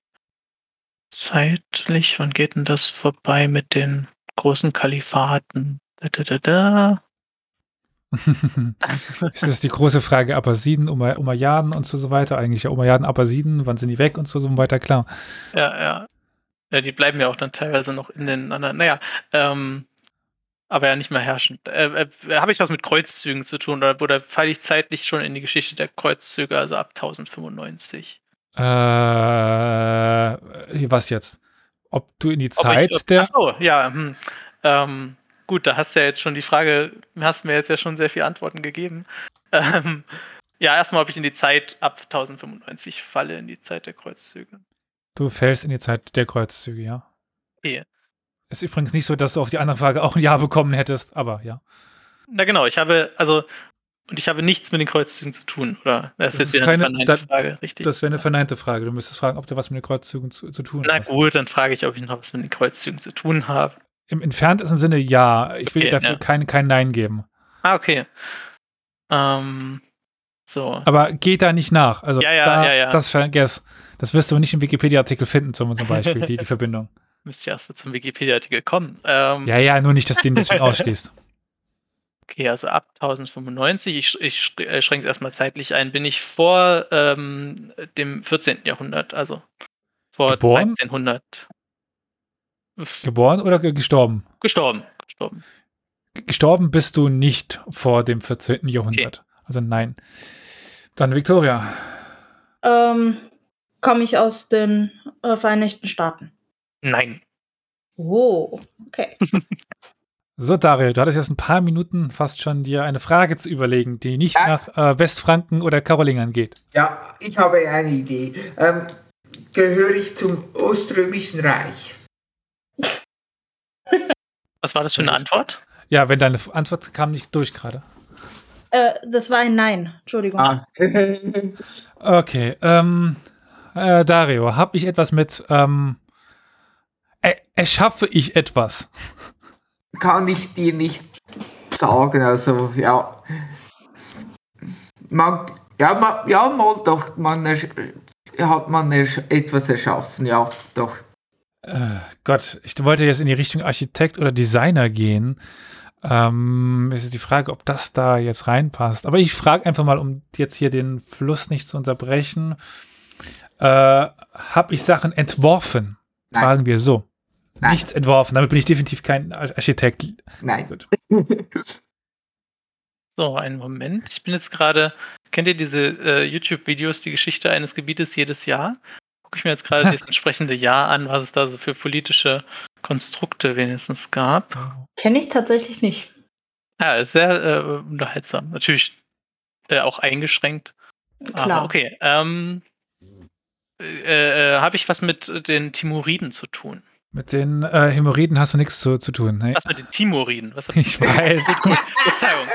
Speaker 5: zeitlich? Wann geht denn das vorbei mit den großen Kalifaten? Da, da, da, da.
Speaker 1: ist das die große Frage Abbasiden, Umay Umayyaden und so, so weiter? Eigentlich ja Umayyaden, Abbasiden, wann sind die weg und so, so weiter, klar.
Speaker 5: Ja, ja. Ja, die bleiben ja auch dann teilweise noch in den anderen. Naja, ähm, aber ja nicht mehr herrschend. Äh, äh, Habe ich was mit Kreuzzügen zu tun oder, oder falle ich zeitlich schon in die Geschichte der Kreuzzüge, also ab 1095?
Speaker 1: Äh, was jetzt? Ob du in die
Speaker 5: Ob ich-
Speaker 1: Zeit
Speaker 5: ob-
Speaker 1: der.
Speaker 5: Ach so, ja. Hm. Ähm, gut, da hast du ja jetzt schon die Frage, hast mir jetzt ja schon sehr viele Antworten gegeben. Ähm, ja, erstmal, ob ich in die Zeit ab 1095 falle, in die Zeit der Kreuzzüge.
Speaker 1: Du fällst in die Zeit der Kreuzzüge, ja.
Speaker 5: Okay.
Speaker 1: Ist übrigens nicht so, dass du auf die andere Frage auch ein Ja bekommen hättest, aber ja.
Speaker 5: Na genau, ich habe, also, und ich habe nichts mit den Kreuzzügen zu tun, oder?
Speaker 1: Das
Speaker 5: Das, ist
Speaker 1: ist
Speaker 5: jetzt wieder eine
Speaker 1: keine-
Speaker 5: verneinte
Speaker 1: da-
Speaker 5: Frage, Oh. richtig?
Speaker 1: Das wäre eine verneinte Frage. Du müsstest fragen, ob du was mit den Kreuzzügen zu, zu tun
Speaker 5: Na
Speaker 1: hast.
Speaker 5: gut, dann frage ich, ob ich noch was mit den Kreuzzügen zu tun habe.
Speaker 1: Im entferntesten Sinne ja. Ich will dir
Speaker 5: Okay,
Speaker 1: dafür
Speaker 5: ja.
Speaker 1: kein, kein Nein geben.
Speaker 5: Ah, okay. Ähm, so.
Speaker 1: Aber geh da nicht nach. Also
Speaker 5: Ja, ja,
Speaker 1: da,
Speaker 5: ja, ja.
Speaker 1: das vergess. Das wirst du nicht im Wikipedia-Artikel finden, zum, zum Beispiel, die, die Verbindung.
Speaker 5: Müsste ja erst mal zum Wikipedia-Artikel kommen. Ähm,
Speaker 1: Ja, ja, nur nicht, dass du den deswegen ausschließt.
Speaker 5: Okay, also ab 1095, ich, sch- ich sch- äh, schränke es erstmal zeitlich ein, bin ich vor ähm, dem 14. Jahrhundert, also vor
Speaker 1: Geboren?
Speaker 5: 1300. Uff,
Speaker 1: Geboren oder ge- gestorben?
Speaker 5: Gestorben, gestorben.
Speaker 1: G- Gestorben bist du nicht vor dem 14. Jahrhundert. Also nein. Dann Victoria.
Speaker 4: Ähm, Komme ich aus den äh, Vereinigten Staaten.
Speaker 5: Nein.
Speaker 4: Oh, okay.
Speaker 1: So, Dario, du hattest jetzt ein paar Minuten fast schon dir eine Frage zu überlegen, die nicht
Speaker 6: Ja.
Speaker 1: nach äh, Westfranken oder Karolingern geht.
Speaker 6: Ja, ich habe eine Idee. Ähm, gehöre ich zum Oströmischen Reich?
Speaker 5: Was war das für eine Antwort?
Speaker 1: Ja, wenn deine Antwort kam nicht durch gerade.
Speaker 4: äh, das war ein Nein. Entschuldigung.
Speaker 6: Ah.
Speaker 1: Okay, ähm, äh, Dario, habe ich etwas mit, ähm, e- erschaffe ich etwas?
Speaker 6: Kann ich dir nicht sagen, also ja. Man, ja, man, ja, mal doch, man ersch- äh, hat man ersch- etwas erschaffen, ja, doch.
Speaker 1: Äh, Gott, ich wollte jetzt in die Richtung Architekt oder Designer gehen. Ähm, es ist die Frage, ob das da jetzt reinpasst. Aber ich frage einfach mal, um jetzt hier den Fluss nicht zu unterbrechen. Äh, Habe ich Sachen entworfen?
Speaker 6: Nein.
Speaker 1: Fragen wir so.
Speaker 6: Nein.
Speaker 1: Nichts entworfen. Damit bin ich definitiv kein Ar- Architekt.
Speaker 6: Nein.
Speaker 1: Gut.
Speaker 5: So, einen Moment. Ich bin jetzt gerade, kennt ihr diese äh, YouTube-Videos, die Geschichte eines Gebietes jedes Jahr? Gucke ich mir jetzt gerade das entsprechende Jahr an, was es da so für politische Konstrukte wenigstens gab.
Speaker 4: Kenne ich tatsächlich nicht.
Speaker 5: Ja, ist sehr äh, unterhaltsam. Natürlich äh, auch eingeschränkt.
Speaker 4: Klar.
Speaker 5: Aber okay. Ähm, äh, äh, Habe ich was mit den Timuriden zu tun?
Speaker 1: Mit den äh, Hämorrhoiden hast du nichts zu, zu tun. Ne?
Speaker 5: Was mit den Timuriden? Was hab
Speaker 1: Ich weiß.
Speaker 5: Verzeihung.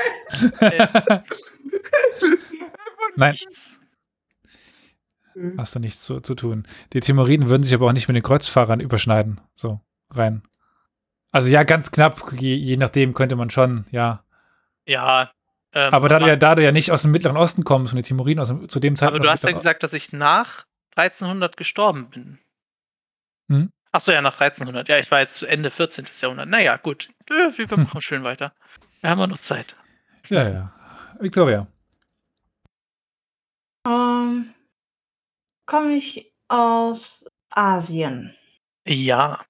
Speaker 1: Nein,
Speaker 5: Nichts.
Speaker 1: hast du nichts zu, zu tun. Die Timoriden würden sich aber auch nicht mit den Kreuzfahrern überschneiden. So, rein. Also ja, ganz knapp, je, je nachdem könnte man schon, ja.
Speaker 5: Ja. Ähm,
Speaker 1: Aber da du ja, da du ja nicht aus dem Mittleren Osten kommst und die Timoriden aus dem, zu dem Zeitpunkt.
Speaker 5: aber du
Speaker 1: aus
Speaker 5: hast ja
Speaker 1: dem
Speaker 5: gesagt, dass ich nach 1300 gestorben bin.
Speaker 1: Hm?
Speaker 5: Ach so, ja, nach 1300. Ja, ich war jetzt zu Ende 14. Jahrhundert. Naja, gut. Äh, Wir machen schön weiter. Wir haben ja noch Zeit.
Speaker 1: Mittleren- Ja, ja. Victoria.
Speaker 4: Ähm, Komme ich aus Asien.
Speaker 5: Ja.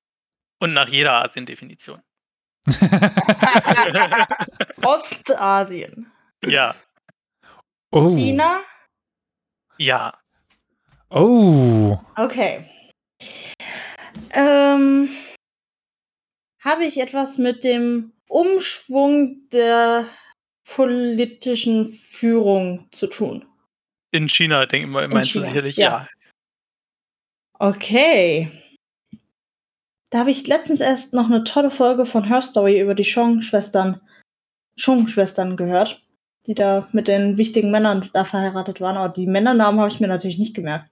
Speaker 5: Und nach jeder Asien-Definition.
Speaker 4: Ostasien.
Speaker 5: Ja.
Speaker 1: oh.
Speaker 4: China?
Speaker 5: Ja.
Speaker 1: Oh.
Speaker 4: Okay. Ähm, Habe ich etwas mit dem Umschwung der politischen Führung zu tun?
Speaker 5: In China, denke ich mal, meinst du
Speaker 4: China,
Speaker 5: sicherlich,
Speaker 4: ja.
Speaker 5: ja.
Speaker 4: Okay. Da habe ich letztens erst noch eine tolle Folge von Her Story über die Chong-Schwestern Chong-Schwestern gehört. die da mit den wichtigen Männern da verheiratet waren. Aber die Männernamen habe ich mir natürlich nicht gemerkt.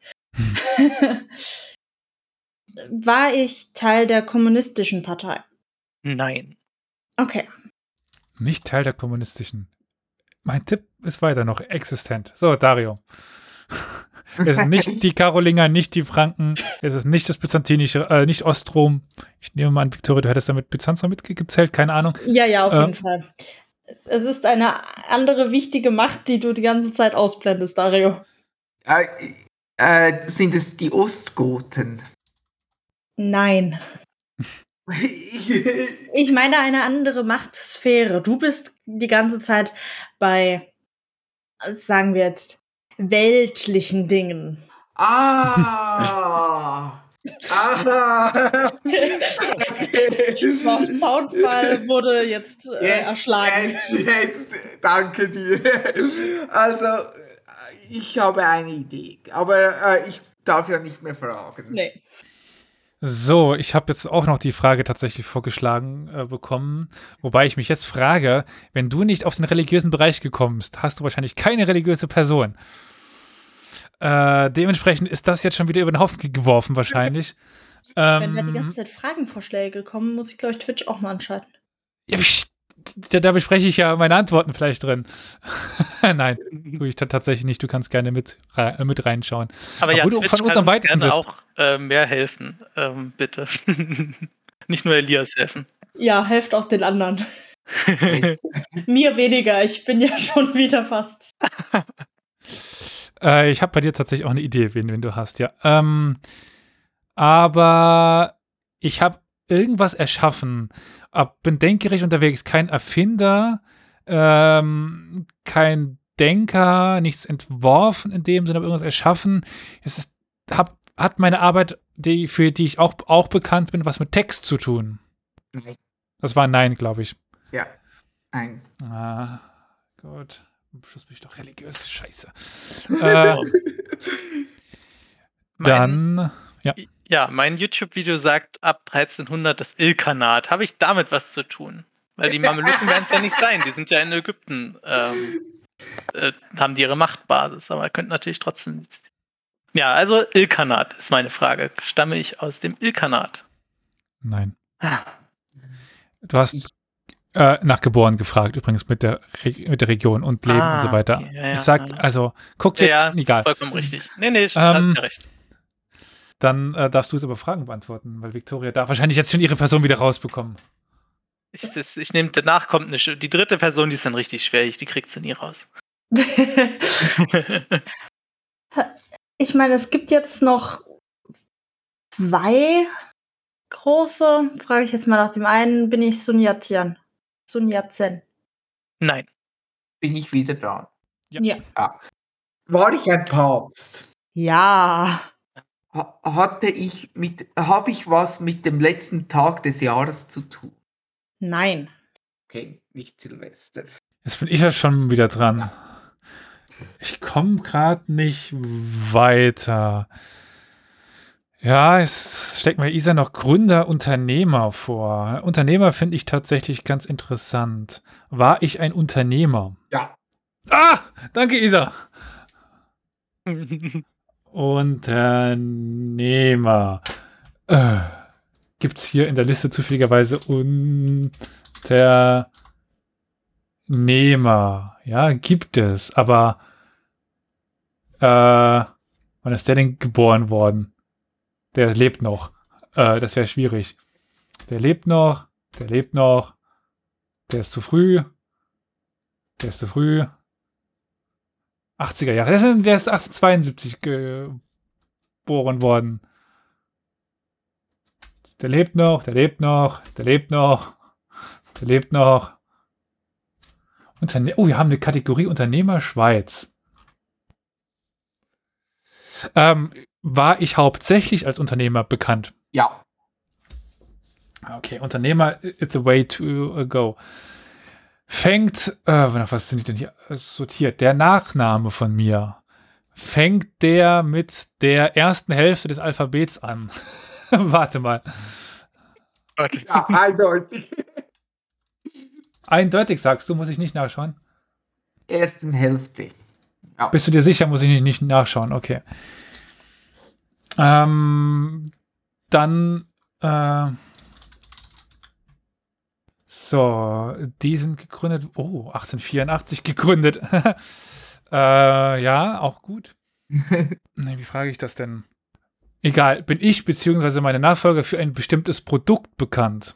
Speaker 4: War ich Teil der kommunistischen Partei?
Speaker 5: Nein.
Speaker 4: Okay.
Speaker 1: Nicht Teil der kommunistischen. Mein Tipp ist weiter noch existent. So, Dario. Es ist nicht die Karolinger, nicht die Franken, es ist nicht das byzantinische, äh, nicht Ostrom. Ich nehme mal an, Viktoria, du hättest damit Byzanzer mitgezählt, keine Ahnung.
Speaker 4: Ja, ja, auf
Speaker 1: Ähm.
Speaker 4: jeden Fall. Es ist eine andere wichtige Macht, die du die ganze Zeit ausblendest, Dario.
Speaker 6: Äh, äh, sind es die Ostgoten?
Speaker 4: Nein.
Speaker 6: okay.
Speaker 4: Ich meine eine andere Machtsphäre. Du bist die ganze Zeit bei, sagen wir jetzt, weltlichen Dingen.
Speaker 6: Ah! Aha!
Speaker 4: Auf dem Faunfall wurde jetzt äh, erschlagen.
Speaker 6: Jetzt, jetzt, danke dir. Also, ich habe eine Idee, aber äh, ich darf ja nicht mehr fragen.
Speaker 4: Nee.
Speaker 1: So, ich habe jetzt auch noch die Frage tatsächlich vorgeschlagen äh, bekommen, wobei ich mich jetzt frage, wenn du nicht auf den religiösen Bereich gekommen bist, hast du wahrscheinlich keine religiöse Person. Äh, dementsprechend ist das jetzt schon wieder über den Haufen geworfen wahrscheinlich.
Speaker 4: Wenn da die
Speaker 1: Ähm,
Speaker 4: ganze Zeit Fragenvorschläge kommen, muss ich, glaube ich, Twitch auch mal anschalten.
Speaker 1: ja, pst, da, da bespreche ich ja meine Antworten vielleicht drin. Nein, tue ich ta- tatsächlich nicht. Du kannst gerne mit, rei- äh, mit reinschauen.
Speaker 5: Aber ja,
Speaker 1: Obwohl du
Speaker 5: Twitch
Speaker 1: von uns
Speaker 5: kann
Speaker 1: am
Speaker 5: uns
Speaker 1: weitesten
Speaker 5: gerne
Speaker 1: bist.
Speaker 5: auch äh, mehr helfen. Ähm, bitte. Nicht nur Elias helfen.
Speaker 4: Ja, helft auch den anderen. Mir weniger, ich bin ja schon wieder fast.
Speaker 1: Äh, ich habe bei dir tatsächlich auch eine Idee, wen, wen du hast, ja. Ähm, aber ich habe irgendwas erschaffen. Ab, bin denkerig unterwegs, kein Erfinder, ähm, kein Denker, nichts entworfen in dem Sinne, aber irgendwas erschaffen. Es ist, hab, hat meine Arbeit, die, für die ich auch, auch bekannt bin, was mit Text zu tun.
Speaker 6: Nein.
Speaker 1: Das war ein Nein, glaube ich.
Speaker 6: Ja, nein.
Speaker 1: Ah, gut. Am Schluss bin ich doch religiös. Scheiße. äh, dann.
Speaker 5: Ja, mein YouTube-Video sagt ab 1300 das Ilkanat. Habe ich damit was zu tun? Weil die Mameluken werden es ja nicht sein. Die sind ja in Ägypten. Ähm, äh, haben die ihre Machtbasis. Aber könnten natürlich trotzdem. Ja, also Ilkanat ist meine Frage. Stamme ich aus dem Ilkanat?
Speaker 1: Nein.
Speaker 5: Ah.
Speaker 1: Du hast
Speaker 6: Ich-
Speaker 1: äh, nach Geboren gefragt, übrigens mit der, Re mit der Region und Leben
Speaker 5: Ah,
Speaker 1: und so weiter.
Speaker 5: okay, ja, ja,
Speaker 1: ich sag,
Speaker 5: ja.
Speaker 1: also, guck dir.
Speaker 5: Ja, ja ist
Speaker 1: egal. Mhm.
Speaker 5: vollkommen richtig. Nee, nee, da hast
Speaker 1: Ähm,
Speaker 5: du recht.
Speaker 1: Dann äh, darfst du es aber Fragen beantworten, weil Victoria darf wahrscheinlich jetzt schon ihre Person wieder rausbekommen.
Speaker 5: Ich, das, ich nehme, danach kommt eine, Sch- die dritte Person, die ist dann richtig schwer. Ich, die kriegt sie nie raus.
Speaker 4: ich meine, es gibt jetzt noch zwei große. Frage ich jetzt mal nach dem einen, bin ich Sun Yat-sen? Sun Yat-sen.
Speaker 5: Nein.
Speaker 6: Bin ich wieder dran.
Speaker 1: Ja.
Speaker 4: Ja.
Speaker 6: Ah. War ich ein Papst?
Speaker 4: Ja.
Speaker 6: Ha- Hatte ich mit, habe ich was mit dem letzten Tag des Jahres zu tun?
Speaker 4: Nein.
Speaker 6: Okay, nicht Silvester.
Speaker 1: Jetzt bin ich ja schon wieder dran. Ich komme gerade nicht weiter. Ja, es steckt mir Isa noch Gründer, Unternehmer vor. Unternehmer finde ich tatsächlich ganz interessant. War ich ein Unternehmer?
Speaker 6: Ja.
Speaker 1: Ah, danke Isa. Unternehmer. Äh, Gibt es hier in der Liste zufälligerweise Unternehmer? Ja, gibt es, aber äh, wann ist der denn geboren worden? Der lebt noch. Äh, das wäre schwierig. Der lebt noch, der lebt noch, der ist zu früh, der ist zu früh. 80er Jahre. Der ist, der ist 1872 geboren worden. Der lebt noch, der lebt noch, der lebt noch, der lebt noch. Unterne oh, wir haben eine Kategorie Unternehmer Schweiz. Ähm, war ich hauptsächlich als Unternehmer bekannt?
Speaker 6: Ja.
Speaker 1: Okay, Unternehmer is the way to äh, go. Fängt, äh, nach was sind die denn hier äh, sortiert? Der Nachname von mir. Fängt der mit der ersten Hälfte des Alphabets an? Warte mal.
Speaker 5: Okay.
Speaker 6: ja eindeutig.
Speaker 1: Eindeutig sagst du, muss ich nicht nachschauen.
Speaker 6: ersten Hälfte. Ja.
Speaker 1: Bist du dir sicher? Muss ich nicht, nicht nachschauen. Okay. Ähm, dann. Äh, so, die sind gegründet. Oh, 1884 gegründet. äh, ja, auch gut. nee, wie frage ich das denn? Egal, bin ich bzw. meine Nachfolger für ein bestimmtes Produkt bekannt?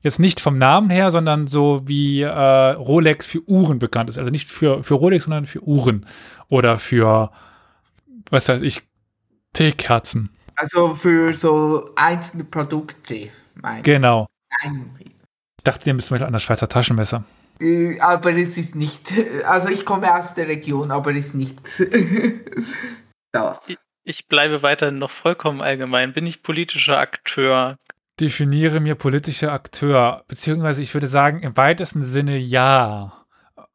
Speaker 1: Jetzt nicht vom Namen her, sondern so wie äh, Rolex für Uhren bekannt ist. Also nicht für, für Rolex, sondern für Uhren. Oder für, was weiß ich, Teekerzen.
Speaker 6: Also für so einzelne Produkte. Mein
Speaker 1: Genau.
Speaker 6: Nein.
Speaker 1: Ich dachte, ihr müsst mal an das Schweizer Taschenmesser.
Speaker 6: Äh, Aber es ist nicht. Also ich komme aus der Region, aber es ist nicht das.
Speaker 5: Ich bleibe weiterhin noch vollkommen allgemein. Bin ich politischer Akteur?
Speaker 1: Definiere mir politische Akteur, beziehungsweise ich würde sagen, im weitesten Sinne ja.
Speaker 5: Aber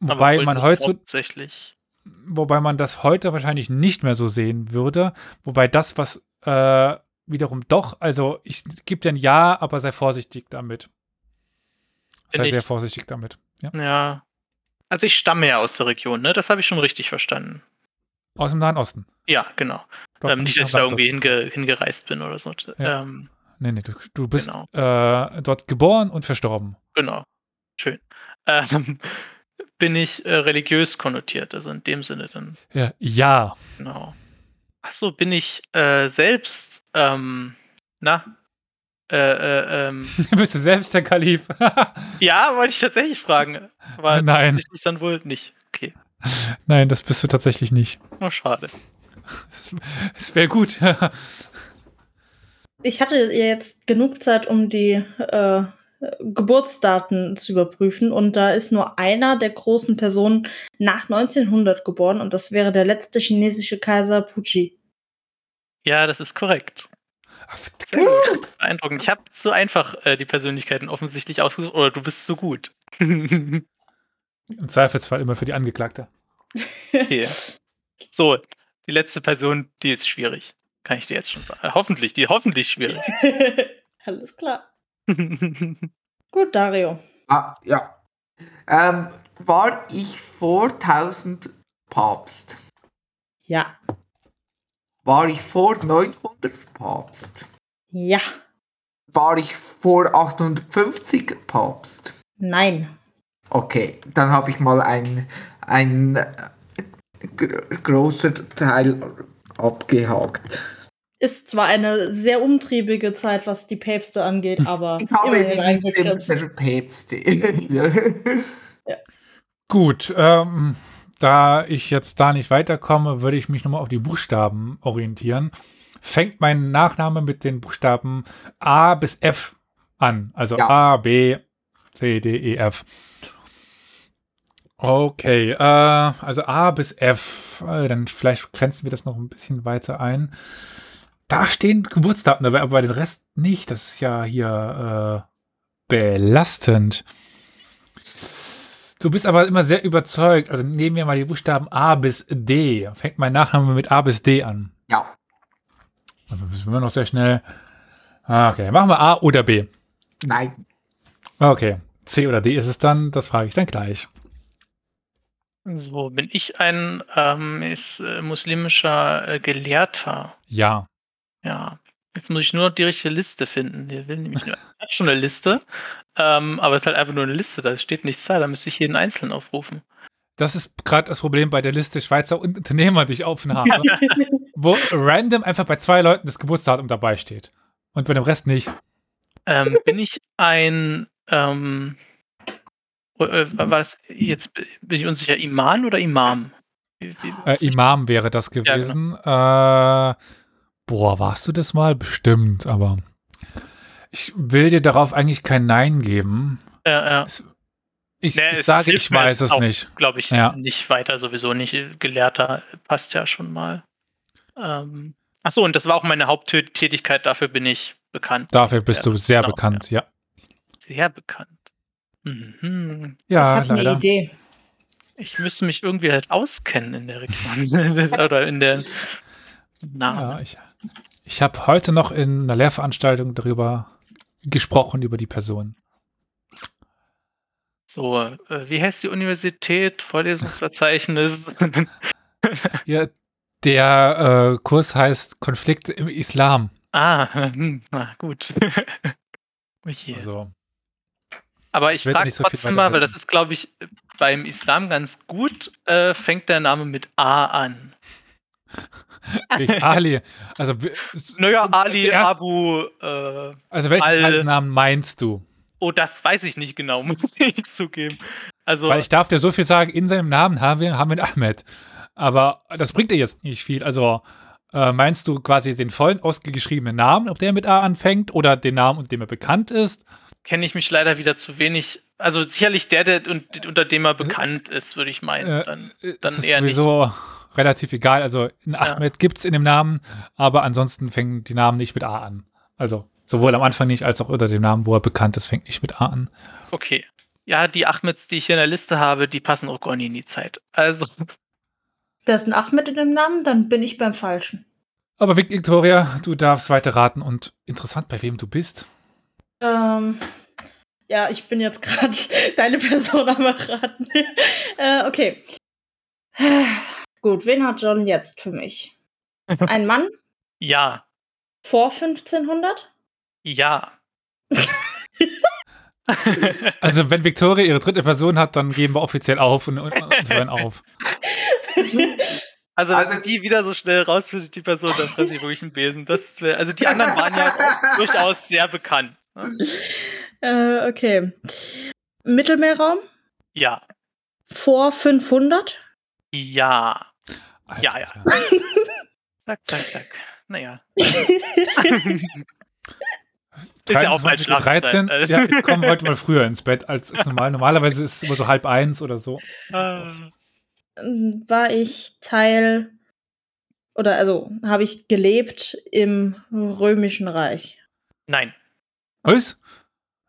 Speaker 1: Wobei
Speaker 5: wohl
Speaker 1: man,
Speaker 5: nur
Speaker 1: heutzu,
Speaker 5: Hauptsächlich.
Speaker 1: wobei man das heute wahrscheinlich nicht mehr so sehen würde. Wobei das, was äh, wiederum doch, also ich gebe dir ein Ja, aber sei vorsichtig damit.
Speaker 5: Bin
Speaker 1: Sei
Speaker 5: ich-
Speaker 1: sehr vorsichtig damit. Ja.
Speaker 5: Ja. Also ich stamme ja aus der Region, ne? Das habe ich schon richtig verstanden.
Speaker 1: Aus dem Nahen Osten.
Speaker 5: Ja, genau.
Speaker 1: Doch,
Speaker 5: ähm, nicht, dass ich da
Speaker 1: Bagdad.
Speaker 5: irgendwie hinge hingereist bin oder so.
Speaker 1: Ja.
Speaker 5: Ähm,
Speaker 1: Nee, nee, du, du bist
Speaker 5: Genau.
Speaker 1: äh, dort geboren und verstorben.
Speaker 5: genau. Schön. Ähm, bin ich äh, religiös konnotiert, also in dem Sinne dann.
Speaker 1: Ja. ja.
Speaker 5: Genau. Achso, bin ich äh, selbst, ähm, na? Äh, äh, ähm,
Speaker 1: bist du selbst der Kalif?
Speaker 5: ja, wollte ich tatsächlich fragen. Aber
Speaker 1: Nein.
Speaker 5: tatsächlich dann wohl nicht. Okay.
Speaker 1: Nein, das bist du tatsächlich nicht.
Speaker 5: Oh, schade.
Speaker 1: Es wäre gut.
Speaker 4: Ich hatte ihr jetzt genug Zeit, um die äh, Geburtsdaten zu überprüfen. Und da ist nur einer der großen Personen nach 1900 geboren. Und das wäre der letzte chinesische Kaiser Puji.
Speaker 5: Ja, das ist korrekt. Sehr gut. Beeindruckend. Ich habe zu einfach äh, die Persönlichkeiten offensichtlich ausgesucht. Oder du bist zu gut. okay.
Speaker 1: Im Zweifelsfall immer für die Angeklagte.
Speaker 5: So, die letzte Person, die ist schwierig. Kann ich dir jetzt schon sagen. Äh, Hoffentlich, die hoffentlich schwierig.
Speaker 4: Alles klar. Gut, Dario.
Speaker 6: Ah, ja. Ähm, war ich vor 1000 Papst?
Speaker 4: Ja.
Speaker 6: War ich vor 900 Papst?
Speaker 4: Ja.
Speaker 6: War ich vor 850 Papst?
Speaker 4: Nein.
Speaker 6: Okay, dann habe ich mal ein, ein äh, gr- großer Teil abgehakt.
Speaker 4: Ist zwar eine sehr umtriebige Zeit, was die Päpste angeht, aber
Speaker 6: Ich habe
Speaker 4: immerhin
Speaker 6: die
Speaker 4: eingeknipst.
Speaker 6: Liste der Päpste.
Speaker 1: Gut, ähm, da ich jetzt da nicht weiterkomme, würde ich mich nochmal auf die Buchstaben orientieren. Fängt mein Nachname mit den Buchstaben A bis F an. Also
Speaker 6: Ja.
Speaker 1: A, B, C, D, E, F. Okay, äh, also A bis F. Äh, dann vielleicht grenzen wir das noch ein bisschen weiter ein. Da stehen Geburtsdaten, dabei, aber bei den Rest nicht. Das ist ja hier äh, belastend. Du bist aber immer sehr überzeugt. Also nehmen wir mal die Buchstaben A bis D. Fängt mein Nachname mit A bis D an.
Speaker 6: ja,
Speaker 1: Also sind wir noch sehr schnell. Ah, Okay, machen wir A oder B.
Speaker 6: nein.
Speaker 1: Okay, C oder D ist es dann. Das frage ich dann gleich.
Speaker 5: so, bin ich ein ähm, ist, äh, muslimischer äh, Gelehrter?
Speaker 1: Ja.
Speaker 5: Ja. Jetzt muss ich nur noch die richtige Liste finden. Hier will nämlich nur, ich hab schon eine Liste, ähm, aber es ist halt einfach nur eine Liste. Da steht nichts da. Da müsste ich jeden einzelnen aufrufen.
Speaker 1: Das ist gerade das Problem bei der Liste Schweizer Unternehmer, die ich offen habe, wo random einfach bei zwei Leuten das Geburtsdatum dabei steht. Und bei dem Rest nicht.
Speaker 5: Ähm, bin ich ein, ähm, äh, äh, war das jetzt bin ich unsicher, Iman oder Imam? Wie- wie-
Speaker 1: Äh, Imam wäre das
Speaker 5: genau.
Speaker 1: gewesen. äh, boah, warst du das mal? Bestimmt, aber ich will dir darauf eigentlich kein Nein geben.
Speaker 5: Äh, äh,
Speaker 1: Ich,
Speaker 5: Nee,
Speaker 1: ich
Speaker 5: es
Speaker 1: sage,
Speaker 5: hilft
Speaker 1: ich
Speaker 5: mir
Speaker 1: weiß
Speaker 5: jetzt
Speaker 1: es
Speaker 5: auch.
Speaker 1: nicht.
Speaker 5: glaube ich,
Speaker 1: Ja.
Speaker 5: nicht weiter sowieso nicht. Gelehrter passt ja schon mal. Ähm, Achso, und das war auch meine Haupttätigkeit, dafür bin ich bekannt.
Speaker 1: Dafür bist
Speaker 5: Ja,
Speaker 1: du sehr
Speaker 5: genau,
Speaker 1: bekannt, ja.
Speaker 5: Sehr bekannt. Mhm.
Speaker 1: Ja,
Speaker 4: ich habe eine
Speaker 1: leider.
Speaker 4: Idee.
Speaker 5: Ich müsste mich irgendwie halt auskennen in der Region. Das- oder in der
Speaker 1: Ja,
Speaker 5: Namen.
Speaker 1: ich ich habe heute noch in einer Lehrveranstaltung darüber gesprochen, über die Person.
Speaker 5: So, äh, wie heißt die Universität? Vorlesungsverzeichnis.
Speaker 1: Ja, der äh, Kurs heißt Konflikt im Islam.
Speaker 5: ah, hm, na gut. oh je.
Speaker 1: Also,
Speaker 5: Aber ich
Speaker 1: ich werd
Speaker 5: frage
Speaker 1: nicht so viel
Speaker 5: trotzdem mal, weil das
Speaker 1: weiterhelfen.
Speaker 5: ist, glaube ich, beim Islam ganz gut, äh, fängt der Name mit A an.
Speaker 1: wegen Ali. Also, w-
Speaker 5: Naja, Ali,
Speaker 1: zuerst-
Speaker 5: Abu, äh,
Speaker 1: Also welchen
Speaker 5: Al-
Speaker 1: Teilnamen meinst du?
Speaker 5: oh, das weiß ich nicht genau, muss ich zugeben. Also,
Speaker 1: Weil ich darf dir so viel sagen, in seinem Namen haben wir, haben wir einen Ahmed. Aber das bringt dir jetzt nicht viel. Also äh, meinst du quasi den vollen ausgeschriebenen Namen, ob der mit A anfängt oder den Namen, unter dem er bekannt ist?
Speaker 5: kenne ich mich leider wieder zu wenig. Also sicherlich der, der un unter dem er bekannt ist, würde ich meinen.
Speaker 1: Äh,
Speaker 5: dann.
Speaker 1: Äh,
Speaker 5: Dann
Speaker 1: es ist
Speaker 5: eher nicht.
Speaker 1: sowieso relativ egal. Also ein Ahmed gibt es in dem Namen, aber ansonsten fängen die Namen nicht mit A an. Also sowohl am Anfang nicht, als auch unter dem Namen, wo er bekannt ist, fängt nicht mit A an.
Speaker 5: Okay. Ja, die Ahmeds, die ich hier in der Liste habe, die passen auch gar nicht in die Zeit. Also,
Speaker 4: Da ist ein Ahmed in dem Namen, dann bin ich beim Falschen.
Speaker 1: Aber Victoria, du darfst weiter raten und interessant, bei wem du bist.
Speaker 4: Ähm, ja, ich bin jetzt gerade deine Person am Raten. äh, okay. Gut, wen hat John jetzt für mich? Ein Mann
Speaker 5: ja,
Speaker 4: vor 1500?
Speaker 5: ja.
Speaker 1: Also, wenn Victoria ihre dritte Person hat, dann geben wir offiziell auf und, und, und hören auf.
Speaker 5: Also, wenn
Speaker 6: Also-
Speaker 5: sie die wieder so schnell rausfindet, die Person, dann fresse ich wirklich einen Besen. Das wär, also, die anderen waren ja durchaus sehr bekannt. ne?
Speaker 4: äh, okay. Mittelmeerraum
Speaker 5: Ja,
Speaker 4: vor 500?
Speaker 5: ja. Ja, ja.
Speaker 1: Alter.
Speaker 5: Zack, zack, zack. Naja. Ist ja auch bald
Speaker 1: 23 Uhr
Speaker 5: Schlafzeit.
Speaker 1: 13.
Speaker 5: Also-
Speaker 1: Ja, ich komme heute mal früher ins Bett als als normal. Normalerweise ist es immer so halb eins oder so.
Speaker 5: Äh,
Speaker 4: Ähm, War ich Teil oder also habe ich gelebt im Römischen Reich?
Speaker 5: Nein.
Speaker 1: Was?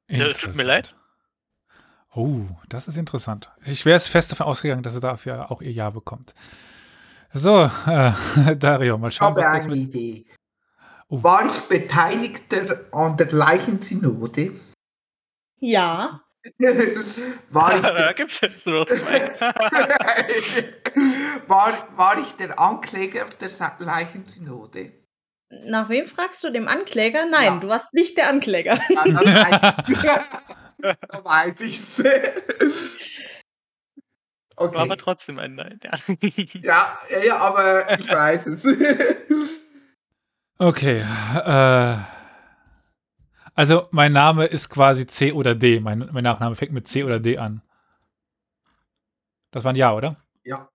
Speaker 5: Ja, tut mir leid.
Speaker 1: Oh, das ist interessant. Ich wäre es fest davon ausgegangen, dass er dafür auch ihr Ja bekommt. So, äh, Dario, mal
Speaker 6: Ich
Speaker 1: schauen.
Speaker 6: habe
Speaker 1: was das
Speaker 6: eine
Speaker 1: mit-
Speaker 6: Idee.
Speaker 1: Oh.
Speaker 6: War ich Beteiligter an der Leichensynode?
Speaker 4: Ja.
Speaker 6: war, ich
Speaker 5: da
Speaker 6: der,
Speaker 5: gibt es jetzt nur noch zwei.
Speaker 6: war, war ich der Ankläger der Sa- Leichensynode?
Speaker 4: Nach wem fragst du? Dem Ankläger? Nein,
Speaker 6: Ja.
Speaker 4: du warst nicht der Ankläger.
Speaker 6: Ja, dann weiß- dann weiß ich's.
Speaker 5: War aber
Speaker 6: Okay.
Speaker 5: trotzdem ein Nein. Ja.
Speaker 6: Ja, ja, ja, aber ich weiß es.
Speaker 1: Okay. Äh, also, mein Name ist quasi C oder D. Mein, mein Nachname fängt mit C oder D an. Das war ein Ja, oder?
Speaker 6: Ja.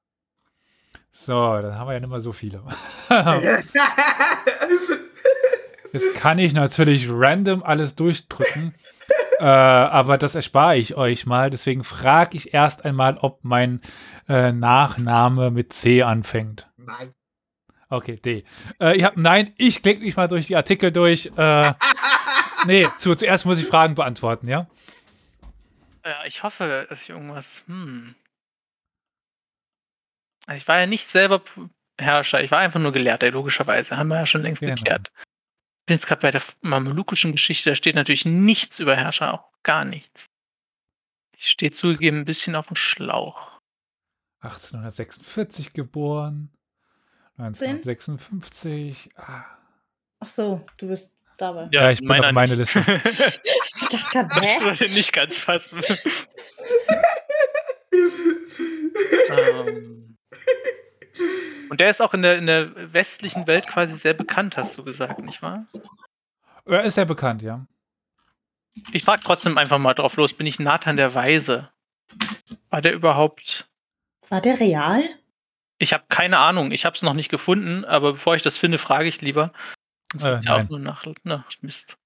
Speaker 1: So, dann haben wir ja nicht mal so viele. Jetzt kann ich natürlich random alles durchdrücken, äh, aber das erspare ich euch mal. Deswegen frage ich erst einmal, ob mein äh, Nachname mit C anfängt.
Speaker 6: Nein.
Speaker 1: Okay, D. Äh, ihr habt Nein, ich klicke mich mal durch die Artikel durch. Äh, nee, zu, zuerst muss ich Fragen beantworten, ja?
Speaker 5: Ja, Äh, ich hoffe, dass ich irgendwas. Hm. Also ich war ja nicht selber P- Herrscher, ich war einfach nur Gelehrter, logischerweise. Haben wir ja schon längst
Speaker 1: Genau.
Speaker 5: geklärt. Ich bin jetzt gerade bei der f- mamelukischen Geschichte, da steht natürlich nichts über Herrscher, auch gar nichts. Ich stehe zugegeben ein bisschen auf dem Schlauch.
Speaker 1: 1846 geboren. 1956. Ah.
Speaker 4: Ach so, du bist dabei.
Speaker 1: Ja, ich bin
Speaker 5: meiner
Speaker 1: auf meine
Speaker 5: nicht.
Speaker 4: Ich dachte gerade,
Speaker 5: das
Speaker 4: hä?
Speaker 5: würde nicht ganz passen. ähm. Und der ist auch in der, in der westlichen Welt quasi sehr bekannt, hast du gesagt, nicht wahr?
Speaker 1: Er Äh, ist ja bekannt, ja.
Speaker 5: Ich frag trotzdem einfach mal drauf los, bin ich Nathan der Weise? War der überhaupt?
Speaker 4: War der real?
Speaker 5: Ich habe keine Ahnung, ich habe es noch nicht gefunden, aber bevor ich das finde, frage ich lieber. Sonst
Speaker 1: Äh,
Speaker 5: wird's ja auch
Speaker 1: nein.
Speaker 5: nur nach, na, Mist.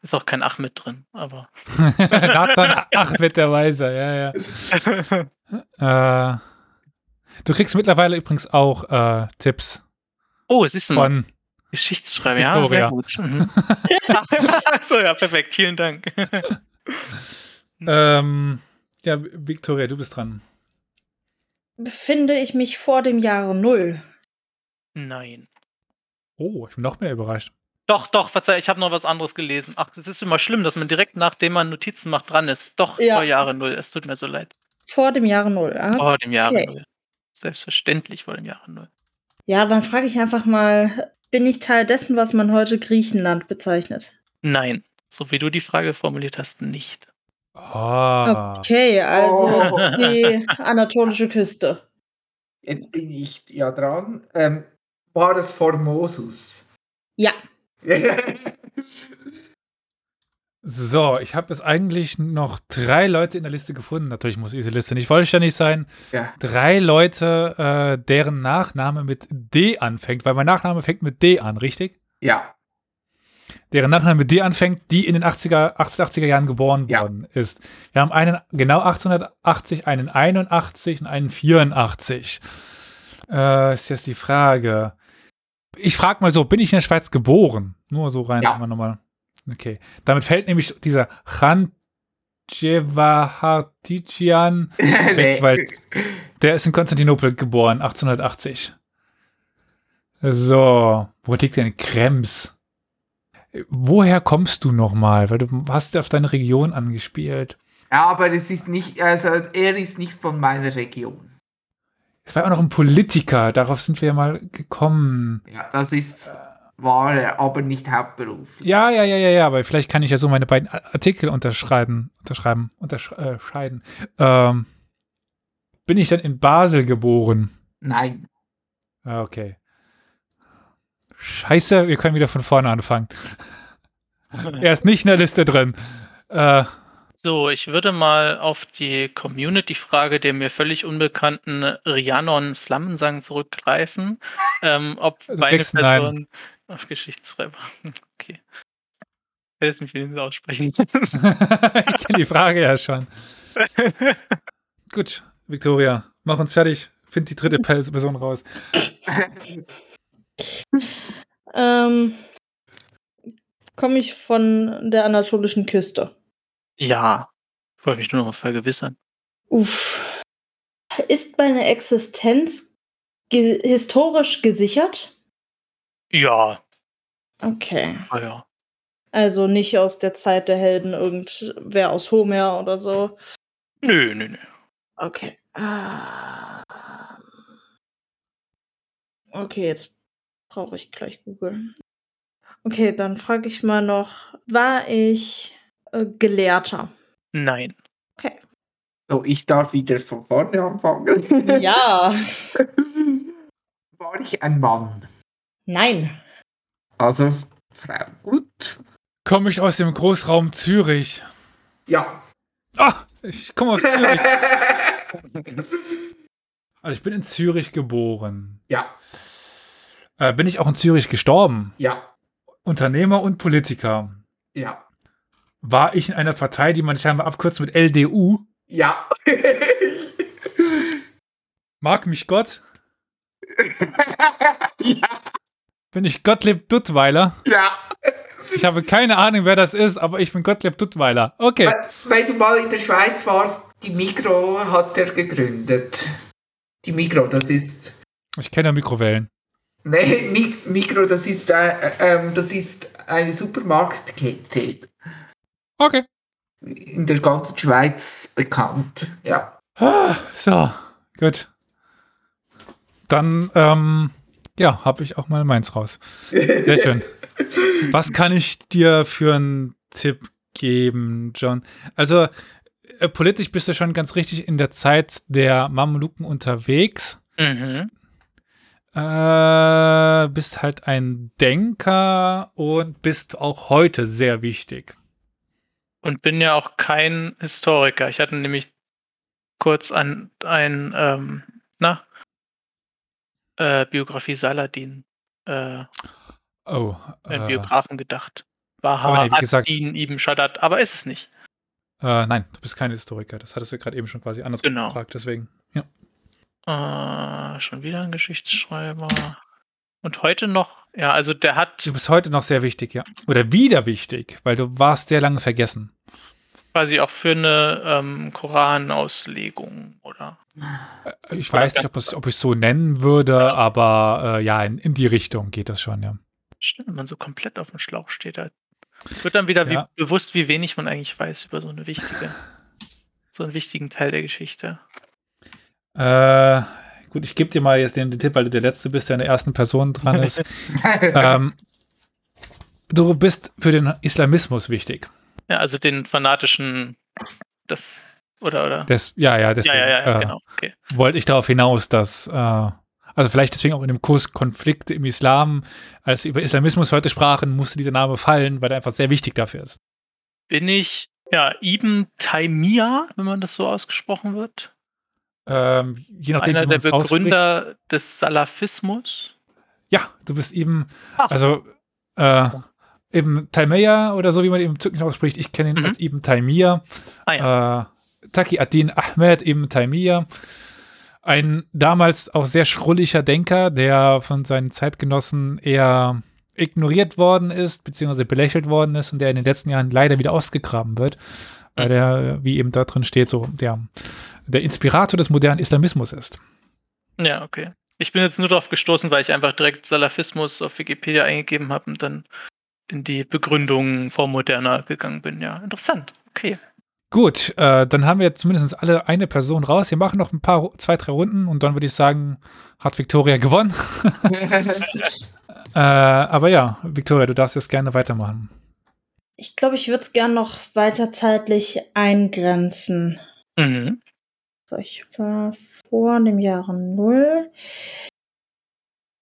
Speaker 5: Ist auch kein Achmed drin, aber.
Speaker 1: Nathan Achmed der Weiser, ja, ja. äh, du kriegst mittlerweile übrigens auch äh, Tipps
Speaker 5: Oh, siehst du mal,
Speaker 1: von.
Speaker 5: Geschichtsschreiber, ja,
Speaker 1: Victoria.
Speaker 5: sehr gut. Mhm. so, ja, perfekt, vielen Dank. Hm.
Speaker 1: Ähm, ja, Victoria, du bist dran.
Speaker 4: Befinde ich mich vor dem Jahre Null?
Speaker 5: Nein.
Speaker 1: Oh, ich bin noch mehr überrascht.
Speaker 5: Doch, doch, verzeih, ich habe noch was anderes gelesen. Ach, es ist immer schlimm, dass man direkt nachdem man Notizen macht, dran ist. Doch,
Speaker 4: Ja.
Speaker 5: vor Jahre Null. Es tut mir so leid.
Speaker 4: Vor dem Jahre Null. Ah,
Speaker 5: Vor dem Jahre
Speaker 4: Okay.
Speaker 5: Null. Selbstverständlich vor dem Jahre Null.
Speaker 4: Ja, dann frage ich einfach mal, bin ich Teil dessen, was man heute Griechenland bezeichnet?
Speaker 5: Nein, so wie du die Frage formuliert hast, nicht.
Speaker 1: Ah.
Speaker 4: Okay, also
Speaker 6: Oh.
Speaker 4: die anatolische Küste.
Speaker 6: Jetzt bin ich ja dran. Ähm, war es Formosus?
Speaker 4: Ja.
Speaker 1: So, ich habe jetzt eigentlich noch drei Leute in der Liste gefunden. Natürlich muss diese Liste nicht vollständig sein.
Speaker 6: ja.
Speaker 1: Drei Leute, äh, deren Nachname mit D anfängt, weil mein Nachname fängt mit D an, richtig?
Speaker 6: Ja.
Speaker 1: Deren Nachname mit D anfängt, die in den 80er, 1880er Jahren geboren
Speaker 6: Ja.
Speaker 1: worden ist. Wir haben einen genau 1880, einen 81 und einen 84. Äh, ist jetzt die Frage. Ich frage mal so, bin ich in der Schweiz geboren? Nur so rein
Speaker 6: Ja.
Speaker 1: immer nochmal. Okay. Damit fällt nämlich dieser Khan Jevahartigian
Speaker 6: nee.
Speaker 1: Rechtwald. Der ist in Konstantinopel geboren, 1880. So, wo liegt denn Krems? Woher kommst du nochmal? Weil du hast auf deine Region angespielt.
Speaker 6: Ja, aber es ist nicht, also er ist nicht von meiner Region.
Speaker 1: Es war auch noch ein Politiker, darauf sind wir ja mal gekommen.
Speaker 6: Ja, das ist wahre, aber nicht hauptberuflich.
Speaker 1: Ja, ja, ja, ja, ja, aber vielleicht kann ich ja so meine beiden A- Artikel unterschreiben, unterschreiben, unterscheiden. Ähm, bin ich dann in Basel geboren?
Speaker 6: Nein.
Speaker 1: Ah, okay. Scheiße, wir können wieder von vorne anfangen. er ist nicht in der Liste drin. Äh,
Speaker 5: So, ich würde mal auf die Community-Frage der mir völlig unbekannten Rianon Flammensang zurückgreifen. Ähm, ob
Speaker 1: Also
Speaker 5: beide
Speaker 1: Text nein.
Speaker 5: Personen auf Geschichtsschreiber. Okay. Hättest mich wenigstens aussprechen.
Speaker 1: ich kenne die Frage ja schon. Gut, Victoria, mach uns fertig. Find die dritte Pers- Person raus.
Speaker 4: Ähm, Komme ich von der anatolischen Küste?
Speaker 5: ja. Ich wollte mich nur noch mal vergewissern.
Speaker 4: Uff. Ist meine Existenz ge historisch gesichert?
Speaker 5: Ja,
Speaker 4: Okay.
Speaker 5: ah ja.
Speaker 4: Also nicht aus der Zeit der Helden, irgendwer aus Homer oder so.
Speaker 5: Nö, nö, nö.
Speaker 4: Okay. Ah. Okay, jetzt brauche ich gleich Google. Okay, dann frage ich mal noch, war ich äh, Gelehrter?
Speaker 5: Nein.
Speaker 6: So, ich darf wieder von vorne anfangen.
Speaker 4: ja.
Speaker 6: War ich ein Mann?
Speaker 4: Nein.
Speaker 6: Also F- Frau. Gut.
Speaker 1: Komme ich aus dem Großraum Zürich?
Speaker 6: Ja.
Speaker 1: Ah, ich komme aus Zürich. Also ich bin in Zürich geboren.
Speaker 6: ja,
Speaker 1: Äh, bin ich auch in Zürich gestorben?
Speaker 6: ja,
Speaker 1: Unternehmer und Politiker.
Speaker 6: ja,
Speaker 1: War ich in einer Partei, die man scheinbar abkürzt mit LDU?
Speaker 6: ja.
Speaker 1: Mag mich Gott? bin ich Gottlieb Duttweiler.
Speaker 6: ja.
Speaker 1: Ich habe keine Ahnung, wer das ist, aber ich bin Gottlieb Duttweiler. Okay.
Speaker 6: Weil du mal in der Schweiz warst, die Migro hat er gegründet. Die Migro, das ist.
Speaker 1: Ich kenne Mikrowellen.
Speaker 6: Nee, Mi- Migro, das ist, äh, ähm, das ist eine Supermarktkette.
Speaker 1: Okay.
Speaker 6: In der ganzen Schweiz bekannt. Ja.
Speaker 1: Ah, So, gut. Dann, ähm, ja, habe ich auch mal meins raus. Sehr schön. Was kann ich dir für einen Tipp geben, John? Also, äh, politisch bist du schon ganz richtig in der Zeit der Mameluken unterwegs.
Speaker 5: Mhm.
Speaker 1: Äh, bist halt ein Denker und bist auch heute sehr wichtig.
Speaker 5: Und bin ja auch kein Historiker. Ich hatte nämlich kurz an ein, ähm, na, äh, Biografie Saladin, äh,
Speaker 1: Oh,
Speaker 5: einen
Speaker 1: äh,
Speaker 5: Biografen gedacht.
Speaker 1: aber
Speaker 5: Baha
Speaker 1: nee, wie gesagt-
Speaker 5: ad-Din ibn Shaddad, aber ist es nicht.
Speaker 1: äh, nein, du bist kein Historiker. Das hattest du gerade eben schon quasi anders
Speaker 5: Genau.
Speaker 1: gefragt, deswegen. Ja.
Speaker 5: Äh, schon wieder ein Geschichtsschreiber. Und heute noch, ja, also der hat
Speaker 1: Du bist heute noch sehr wichtig, ja. Oder wieder wichtig, weil du warst sehr lange vergessen.
Speaker 5: quasi auch für eine ähm, Koranauslegung, oder?
Speaker 1: Äh, Ich
Speaker 5: Oder
Speaker 1: weiß nicht, ob ich es so nennen würde, aber äh, ja, in, in die Richtung geht das schon, ja.
Speaker 5: Stimmt, wenn man so komplett auf dem Schlauch steht, da wird dann wieder
Speaker 1: Ja.
Speaker 5: wie, bewusst, wie wenig man eigentlich weiß über so eine wichtige, so einen wichtigen Teil der Geschichte.
Speaker 1: Äh, gut, ich gebe dir mal jetzt den, den Tipp, weil du der Letzte bist, der in der ersten Person dran ist. ähm, du bist für den Islamismus wichtig.
Speaker 5: Ja, also den fanatischen, das, oder, oder?
Speaker 1: Das, ja, ja,
Speaker 5: Ja,
Speaker 1: deswegen
Speaker 5: ja, ja, ja,
Speaker 1: äh,
Speaker 5: genau. Okay.
Speaker 1: wollte ich darauf hinaus, dass, äh, also vielleicht deswegen auch in dem Kurs Konflikte im Islam, als wir über Islamismus heute sprachen, musste dieser Name fallen, weil er einfach sehr wichtig dafür ist.
Speaker 5: Bin ich, ja, Ibn Taymiyyah, wenn man das so ausgesprochen wird.
Speaker 1: Ähm, je nachdem,
Speaker 5: Einer
Speaker 1: wie man
Speaker 5: der
Speaker 1: es ausspricht.
Speaker 5: Begründer des Salafismus.
Speaker 1: Ja, du bist eben,
Speaker 5: Ach.
Speaker 1: also äh, eben Taimeya oder so, wie man eben im Türkischen ausspricht. Ich kenne ihn
Speaker 5: Mhm.
Speaker 1: als eben Taimir.
Speaker 5: Ah ja,
Speaker 1: Äh, Taki Adin Ahmed eben Taimir. Ein damals auch sehr schrulliger Denker, der von seinen Zeitgenossen eher ignoriert worden ist, beziehungsweise belächelt worden ist und der in den letzten Jahren leider wieder ausgegraben wird,
Speaker 5: Mhm.
Speaker 1: weil der, wie eben da drin steht, so der, der Inspirator des modernen Islamismus ist.
Speaker 5: ja, okay. Ich bin jetzt nur darauf gestoßen, weil ich einfach direkt Salafismus auf Wikipedia eingegeben habe und dann in die Begründung vormoderner gegangen bin. Ja, interessant. Okay.
Speaker 1: Gut, äh, dann haben wir zumindest alle eine Person raus. Wir machen noch ein paar, Ru- zwei, drei Runden und dann würde ich sagen, hat Victoria gewonnen. Äh, aber ja, Victoria, du darfst jetzt gerne weitermachen.
Speaker 4: Ich glaube, ich würde es gern noch weiter zeitlich eingrenzen.
Speaker 5: Mhm.
Speaker 4: So, ich war vor dem Jahre Null.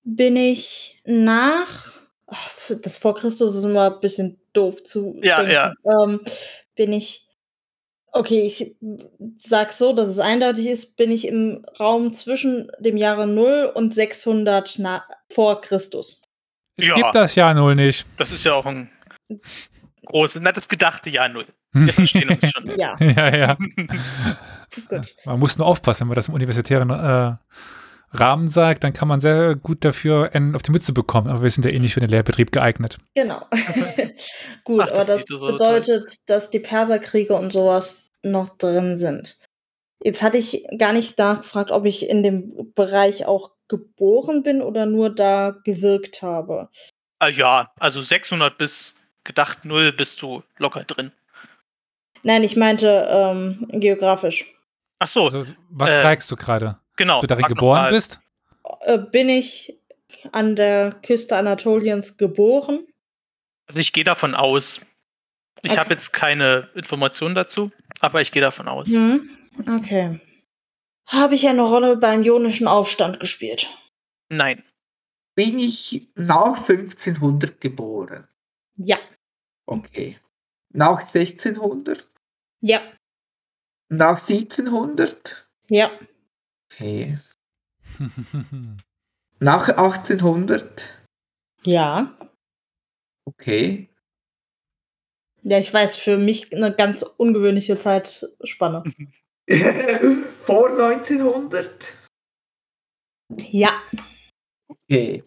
Speaker 4: Bin ich nach. Ach, das- das vor Christus ist immer ein bisschen doof zu.
Speaker 5: Ja,
Speaker 4: Ähm, bin ich. Okay, ich sag so, dass es eindeutig ist, bin ich im Raum zwischen dem Jahre Null und 600 na, vor Christus.
Speaker 1: Es
Speaker 5: Ja.
Speaker 1: gibt das Jahr null nicht.
Speaker 5: Das ist ja auch ein großes, na, das gedachte Ja null. Wir verstehen uns schon.
Speaker 4: Ja,
Speaker 1: ja, ja.
Speaker 4: gut.
Speaker 1: Man muss nur aufpassen, wenn man das im universitären äh, Rahmen sagt, dann kann man sehr gut dafür einen auf die Mütze bekommen. Aber wir sind ja eh nicht für den Lehrbetrieb geeignet.
Speaker 4: Genau. Gut,
Speaker 5: Ach, das
Speaker 4: aber das
Speaker 5: geht, das war so
Speaker 4: bedeutet, dass die Perserkriege und sowas noch drin sind. Jetzt hatte ich gar nicht nachgefragt, ob ich in dem Bereich auch geboren bin oder nur da gewirkt habe.
Speaker 5: Ah, ja, also 600 bis gedacht null bist du locker drin.
Speaker 4: Nein, ich meinte ähm, geografisch.
Speaker 5: Ach so,
Speaker 1: Also, was
Speaker 5: äh,
Speaker 1: fragst du gerade?
Speaker 5: genau.
Speaker 1: Ob du darin
Speaker 5: frag noch
Speaker 1: geboren
Speaker 5: mal.
Speaker 1: bist?
Speaker 4: Äh, bin ich an der Küste Anatoliens geboren?
Speaker 5: Also ich gehe davon aus. Ich
Speaker 4: Okay.
Speaker 5: habe jetzt keine Informationen dazu, aber ich gehe davon aus.
Speaker 4: Hm? Okay. Habe ich eine Rolle beim Ionischen Aufstand gespielt?
Speaker 5: Nein.
Speaker 6: Bin ich nach 1500 geboren?
Speaker 4: Ja.
Speaker 6: Okay. Nach 1600?
Speaker 4: Ja.
Speaker 6: Nach 1700?
Speaker 4: Ja.
Speaker 6: Okay. Nach 1800?
Speaker 4: Ja.
Speaker 6: Okay.
Speaker 4: Ja, ich weiß, für mich eine ganz ungewöhnliche Zeitspanne.
Speaker 6: Vor 1900?
Speaker 4: Ja,
Speaker 6: Okay.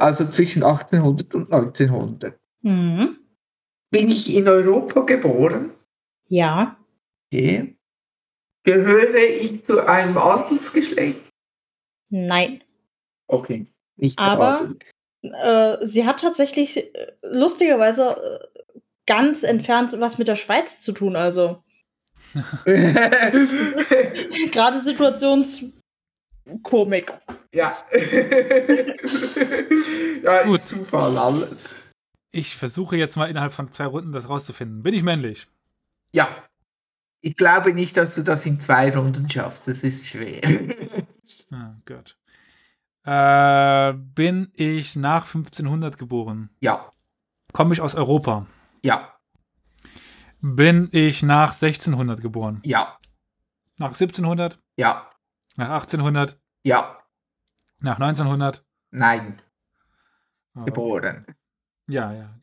Speaker 6: Also zwischen 1800 und 1900.
Speaker 4: mhm.
Speaker 6: Bin ich in Europa geboren?
Speaker 4: ja,
Speaker 6: Okay. Gehöre ich zu einem Adelsgeschlecht?
Speaker 4: nein.
Speaker 6: Okay. Nicht der
Speaker 4: Aber-
Speaker 6: Adel.
Speaker 4: Äh, sie hat tatsächlich äh, lustigerweise äh, ganz entfernt was mit der Schweiz zu tun. Also gerade Situationskomik.
Speaker 6: ja. ja,
Speaker 1: Gut.
Speaker 6: ist Zufall alles.
Speaker 1: Ich versuche jetzt mal innerhalb von zwei Runden das rauszufinden. Bin ich männlich?
Speaker 6: Ja. Ich glaube nicht, dass du das in zwei Runden schaffst. Das ist schwer.
Speaker 1: Ah, Gott. Äh, bin ich nach 1500 geboren?
Speaker 6: ja,
Speaker 1: Komme ich aus Europa?
Speaker 6: ja,
Speaker 1: Bin ich nach 1600 geboren?
Speaker 6: ja,
Speaker 1: Nach 1700?
Speaker 6: ja,
Speaker 1: Nach 1800?
Speaker 6: ja.
Speaker 1: Nach 1900?
Speaker 6: Nein,
Speaker 1: Ah,
Speaker 6: geboren.
Speaker 1: Ja, ja.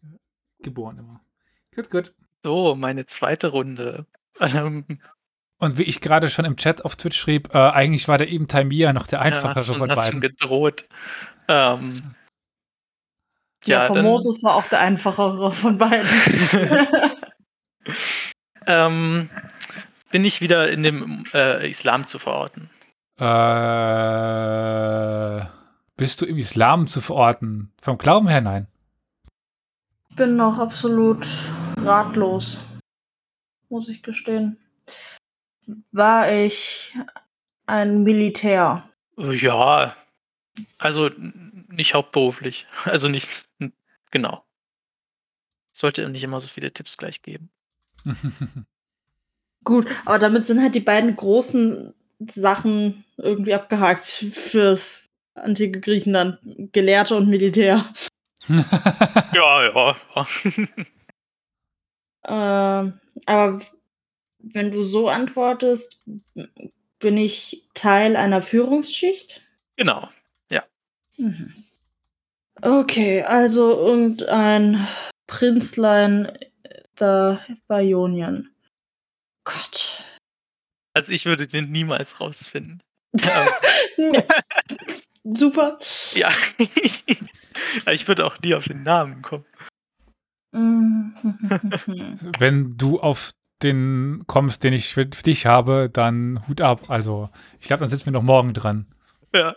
Speaker 1: Geboren immer. Gut, gut.
Speaker 5: So, meine zweite Runde. Ähm,
Speaker 1: Und wie ich gerade schon im Chat auf Twitch schrieb, äh, eigentlich war der eben Taimia noch der
Speaker 5: ja,
Speaker 1: einfachere
Speaker 5: hast schon,
Speaker 1: von
Speaker 5: hast schon
Speaker 1: beiden.
Speaker 5: gedroht. Ähm,
Speaker 4: Ja,
Speaker 5: ja,
Speaker 4: von
Speaker 5: dann,
Speaker 4: Moses war auch der einfachere von beiden.
Speaker 5: ähm, bin ich wieder in dem äh, Islam zu verorten.
Speaker 1: Äh, Bist du im Islam zu verorten? Vom Glauben her nein.
Speaker 4: Ich bin noch absolut ratlos, muss ich gestehen. War ich ein Militär?
Speaker 5: Ja. Also n- nicht hauptberuflich. Also nicht. n- Genau. Sollte nicht immer so viele Tipps gleich geben.
Speaker 4: Gut, aber damit sind halt die beiden großen Sachen irgendwie abgehakt fürs antike Griechenland. Gelehrte und Militär.
Speaker 5: Ja, ja.
Speaker 4: Ähm, aber wenn du so antwortest, bin ich Teil einer Führungsschicht?
Speaker 5: genau.
Speaker 4: Mhm. Okay, also irgendein Prinzlein da bei Ionien. Gott.
Speaker 5: Also ich würde den niemals rausfinden. Ähm,
Speaker 4: Super.
Speaker 5: Ja. ich würde auch nie auf den Namen kommen.
Speaker 4: Mhm.
Speaker 1: Wenn du auf den kommst, den ich für, für dich habe, dann Hut ab. Also, ich glaube, dann sitzen wir noch morgen dran.
Speaker 5: Ja.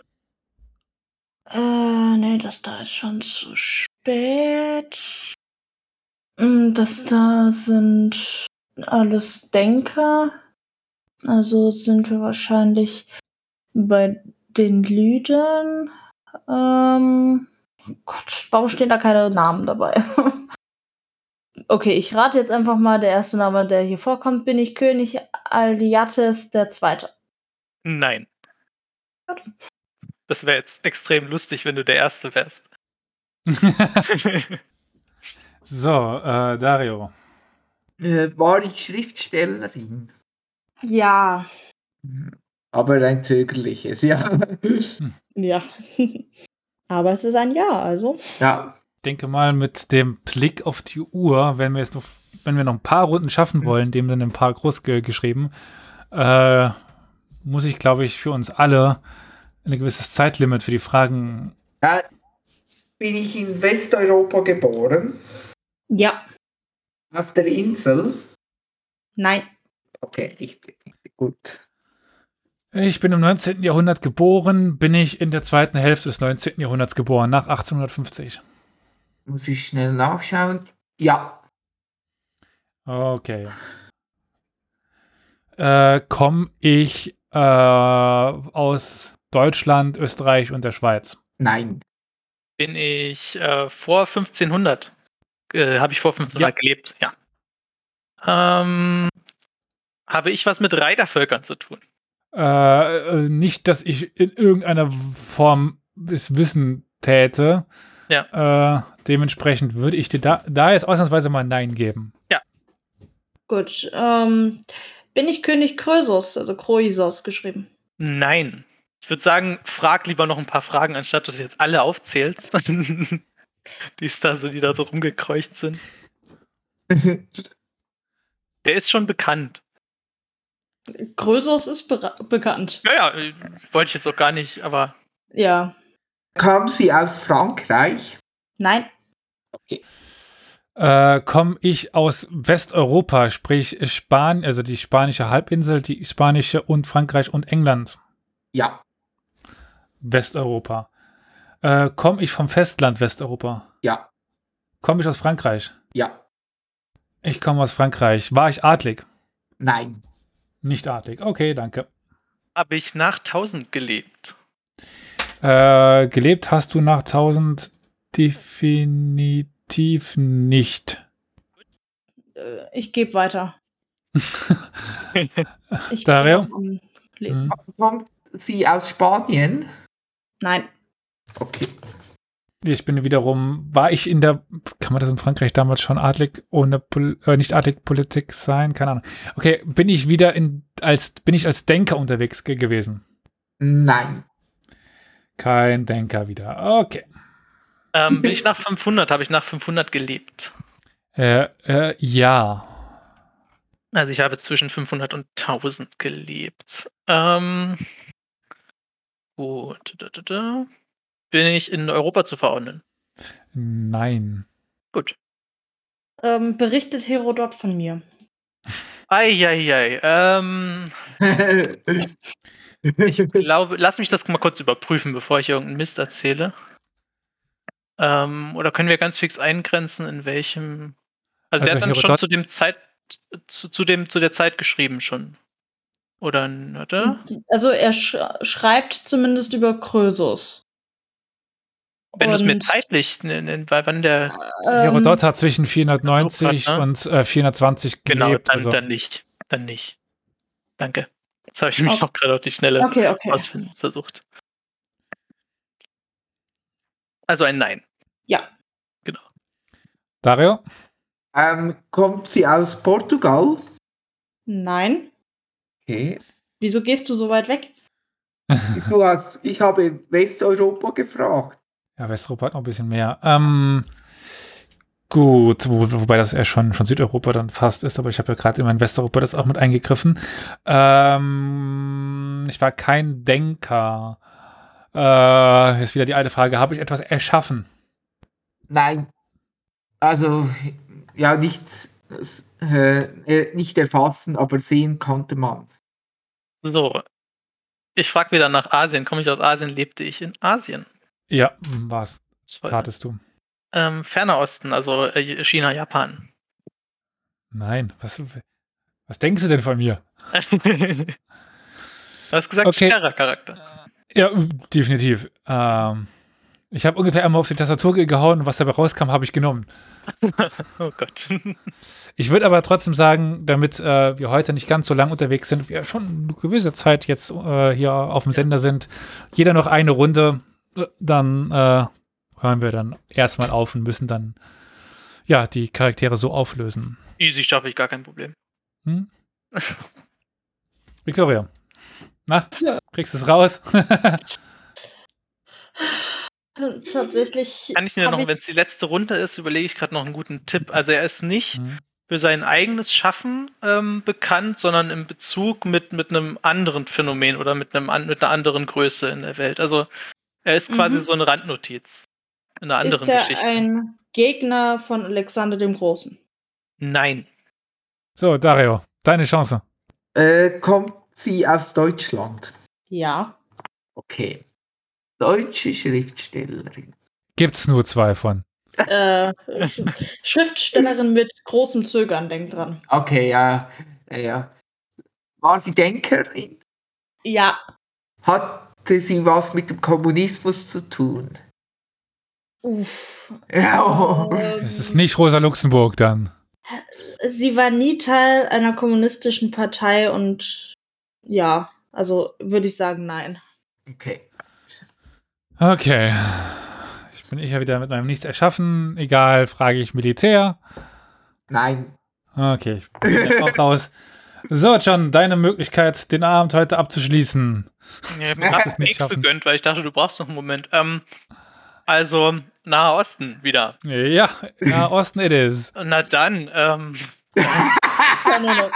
Speaker 4: Äh, nee, das da ist schon zu spät. Mm, Das da sind alles Denker. Also sind wir wahrscheinlich bei den Lüdern. Ähm, oh Gott, warum stehen da keine Namen dabei? okay, ich rate jetzt einfach mal, der erste Name, der hier vorkommt, bin ich König Aldiates der Zweite.
Speaker 5: Nein.
Speaker 4: Gut.
Speaker 5: Das wäre jetzt extrem lustig, wenn du der Erste wärst.
Speaker 1: so, äh, Dario.
Speaker 6: Äh, War ich Schriftstellerin?
Speaker 4: Ja,
Speaker 6: Aber ein zögerliches, ja.
Speaker 4: Ja. Aber es ist ein Ja, also.
Speaker 6: ja.
Speaker 1: Ich denke mal, mit dem Blick auf die Uhr, wenn wir jetzt noch, wenn wir noch ein paar Runden schaffen wollen, dem sind ein paar groß ge geschrieben, äh, muss ich, glaube ich, für uns alle ein gewisses Zeitlimit für die Fragen.
Speaker 6: ja. Bin ich in Westeuropa geboren?
Speaker 4: Ja.
Speaker 6: Auf der Insel?
Speaker 4: Nein.
Speaker 6: Okay, richtig. Gut.
Speaker 1: Ich bin im 19. Jahrhundert geboren, bin ich in der zweiten Hälfte des 19. Jahrhunderts geboren, nach 1850.
Speaker 6: Muss ich schnell nachschauen? Ja.
Speaker 1: Okay. Äh, Komme ich äh, aus Deutschland, Österreich und der Schweiz?
Speaker 6: Nein.
Speaker 5: Bin ich äh, vor 1500? Äh, Habe ich vor 1500 gelebt? Ja. Ähm, habe ich was mit Reitervölkern zu tun?
Speaker 1: Äh, äh, nicht, dass ich in irgendeiner Form es wissen täte. Ja. Äh, dementsprechend würde ich dir da, da jetzt ausnahmsweise mal Nein geben.
Speaker 4: Gut. Ähm, bin ich König Krösus, also Kroisos geschrieben.
Speaker 5: Nein. Ich würde sagen, frag lieber noch ein paar Fragen, anstatt dass du jetzt alle aufzählst. die ist da so, die da so rumgekreucht sind. Der ist schon bekannt.
Speaker 4: Krösus ist bera- bekannt.
Speaker 5: Ja, ja, äh, wollte ich jetzt auch gar nicht, aber
Speaker 4: Ja.
Speaker 6: Kam sie aus Frankreich?
Speaker 4: Nein.
Speaker 1: Äh, Komme ich aus Westeuropa, sprich Spanien, also die spanische Halbinsel, die spanische und Frankreich und England,
Speaker 6: Ja.
Speaker 1: Westeuropa. Äh, Komme ich vom Festland Westeuropa?
Speaker 6: Ja.
Speaker 1: Komme ich aus Frankreich?
Speaker 6: Ja.
Speaker 1: Ich komme aus Frankreich. War ich adlig?
Speaker 6: Nein.
Speaker 1: Nicht adlig. Okay, danke.
Speaker 5: habe ich nach 1000 gelebt.
Speaker 1: Äh, gelebt hast du nach 1000 definitiv nicht.
Speaker 4: Äh, Ich gebe weiter. Ich bin
Speaker 1: Dario?
Speaker 4: noch am Lesen.
Speaker 1: Mhm.
Speaker 6: Kommt sie aus Spanien?
Speaker 4: Nein.
Speaker 6: Okay.
Speaker 1: Ich bin wiederum, war ich in der, kann man das in Frankreich damals schon adlig ohne Pol- äh, nicht adlig Politik sein? Keine Ahnung. Okay, bin ich wieder in als bin ich als Denker unterwegs ge gewesen?
Speaker 6: Nein.
Speaker 1: Kein Denker wieder. Okay.
Speaker 5: Ähm, bin ich nach 500, habe ich nach 500 gelebt.
Speaker 1: Äh, äh, ja.
Speaker 5: Also ich habe zwischen 500 und 1000 gelebt. Ähm, gut. Da, da, da. Bin ich in Europa zu verordnen?
Speaker 1: Nein.
Speaker 5: Gut.
Speaker 4: Ähm, berichtet Herodot von mir.
Speaker 5: Eieiei. Ähm, Ich glaube, lass mich das mal kurz überprüfen, bevor ich irgendeinen Mist erzähle. Ähm, oder können wir ganz fix eingrenzen, in welchem.
Speaker 1: Also
Speaker 5: Also, der hat dann
Speaker 1: hier
Speaker 5: schon
Speaker 1: dort-
Speaker 5: zu dem Zeit, zu, zu dem, zu der Zeit geschrieben schon. Oder hat er?
Speaker 4: Also er sch schreibt zumindest über Krösus.
Speaker 5: Wenn du es mir
Speaker 4: Und,
Speaker 5: zeitlich, ne, ne, weil wann der.
Speaker 4: ähm,
Speaker 1: Herodot hat zwischen 490
Speaker 5: Sokrat, ne?
Speaker 1: und äh, 420
Speaker 5: Genau,
Speaker 1: gelebt.
Speaker 5: dann,
Speaker 1: also.
Speaker 5: dann nicht. Dann nicht. Danke. Jetzt habe ich mich auch gerade auf die Schnelle
Speaker 4: Okay, okay.
Speaker 5: ausfinden versucht. Also ein Nein.
Speaker 1: Dario?
Speaker 6: Ähm, kommt sie aus Portugal?
Speaker 4: Nein.
Speaker 6: Okay.
Speaker 4: Wieso gehst du so weit weg?
Speaker 6: Du hast, ich habe Westeuropa gefragt.
Speaker 1: Ja, Westeuropa hat noch ein bisschen mehr. Ähm, gut, wo, wobei das eher schon, schon Südeuropa dann fast ist, aber ich habe ja gerade in mein Westeuropa das auch mit eingegriffen. Ähm, ich war kein Denker. Äh, jetzt wieder die alte Frage, habe ich etwas erschaffen?
Speaker 6: Nein. Also, ja, nichts, äh, äh, nicht erfassen, aber sehen konnte man.
Speaker 5: So. Ich frage wieder nach Asien. Komme ich aus Asien? Lebte ich in Asien?
Speaker 1: Ja, was
Speaker 5: Das war-
Speaker 1: tatest du?
Speaker 5: Ähm, Ferner Osten, also äh, China, Japan.
Speaker 1: Nein, was, was denkst du denn von mir?
Speaker 5: du hast gesagt,
Speaker 1: Okay.
Speaker 5: schwerer Charakter.
Speaker 1: Ja, definitiv. Ähm, ich habe ungefähr einmal auf die Tastatur gehauen und was dabei rauskam, habe ich genommen.
Speaker 5: Oh Gott.
Speaker 1: Ich würde aber trotzdem sagen, damit äh, wir heute nicht ganz so lang unterwegs sind, wir schon eine gewisse Zeit jetzt äh, hier auf dem Sender sind, jeder noch eine Runde, äh, dann äh, hören wir dann erstmal auf und müssen dann ja die Charaktere so auflösen.
Speaker 5: Easy schaffe ich gar kein Problem.
Speaker 1: Hm? Victoria, na, kriegst es raus?
Speaker 4: Tatsächlich.
Speaker 5: Kann ich dir
Speaker 4: hab
Speaker 5: noch, wenn es die letzte Runde ist, überlege ich gerade noch einen guten Tipp. Also er ist nicht
Speaker 1: Hm.
Speaker 5: für sein eigenes Schaffen ähm, bekannt, sondern im Bezug mit, mit einem anderen Phänomen oder mit, einem, an- mit einer anderen Größe in der Welt. Also er ist quasi
Speaker 4: Mhm.
Speaker 5: so eine Randnotiz in einer anderen
Speaker 4: ist er
Speaker 5: Geschichte.
Speaker 4: ein Gegner von Alexander dem Großen?
Speaker 5: Nein.
Speaker 1: So, Dario, deine Chance.
Speaker 6: Äh, kommt sie aus Deutschland?
Speaker 4: Ja.
Speaker 6: Okay. Deutsche Schriftstellerin.
Speaker 1: Gibt's nur zwei von.
Speaker 4: äh, Sch- Schriftstellerin mit großem Zögern, denk dran.
Speaker 6: Okay, ja, ja, ja. War sie Denkerin?
Speaker 4: Ja.
Speaker 6: Hatte sie was mit dem Kommunismus zu tun?
Speaker 4: Uff.
Speaker 6: Ja, oh.
Speaker 4: Ähm,
Speaker 1: Es ist nicht Rosa Luxemburg dann.
Speaker 4: sie war nie Teil einer kommunistischen Partei und ja, also würde ich sagen, nein.
Speaker 6: Okay.
Speaker 1: Okay. Ich bin ich ja wieder mit meinem Nichts erschaffen. Egal, frage ich Militär.
Speaker 6: Nein.
Speaker 1: Okay, ich bin jetzt auch raus. So, John, deine Möglichkeit, den Abend heute abzuschließen.
Speaker 5: Ja, ich habe
Speaker 1: nicht
Speaker 5: nichts
Speaker 1: schaffen.
Speaker 5: gegönnt, weil ich dachte, du brauchst noch einen Moment. Ähm, also, Nahe Osten wieder.
Speaker 1: Ja, ja Osten it is.
Speaker 5: Na dann, ähm,
Speaker 4: Ja, no, no.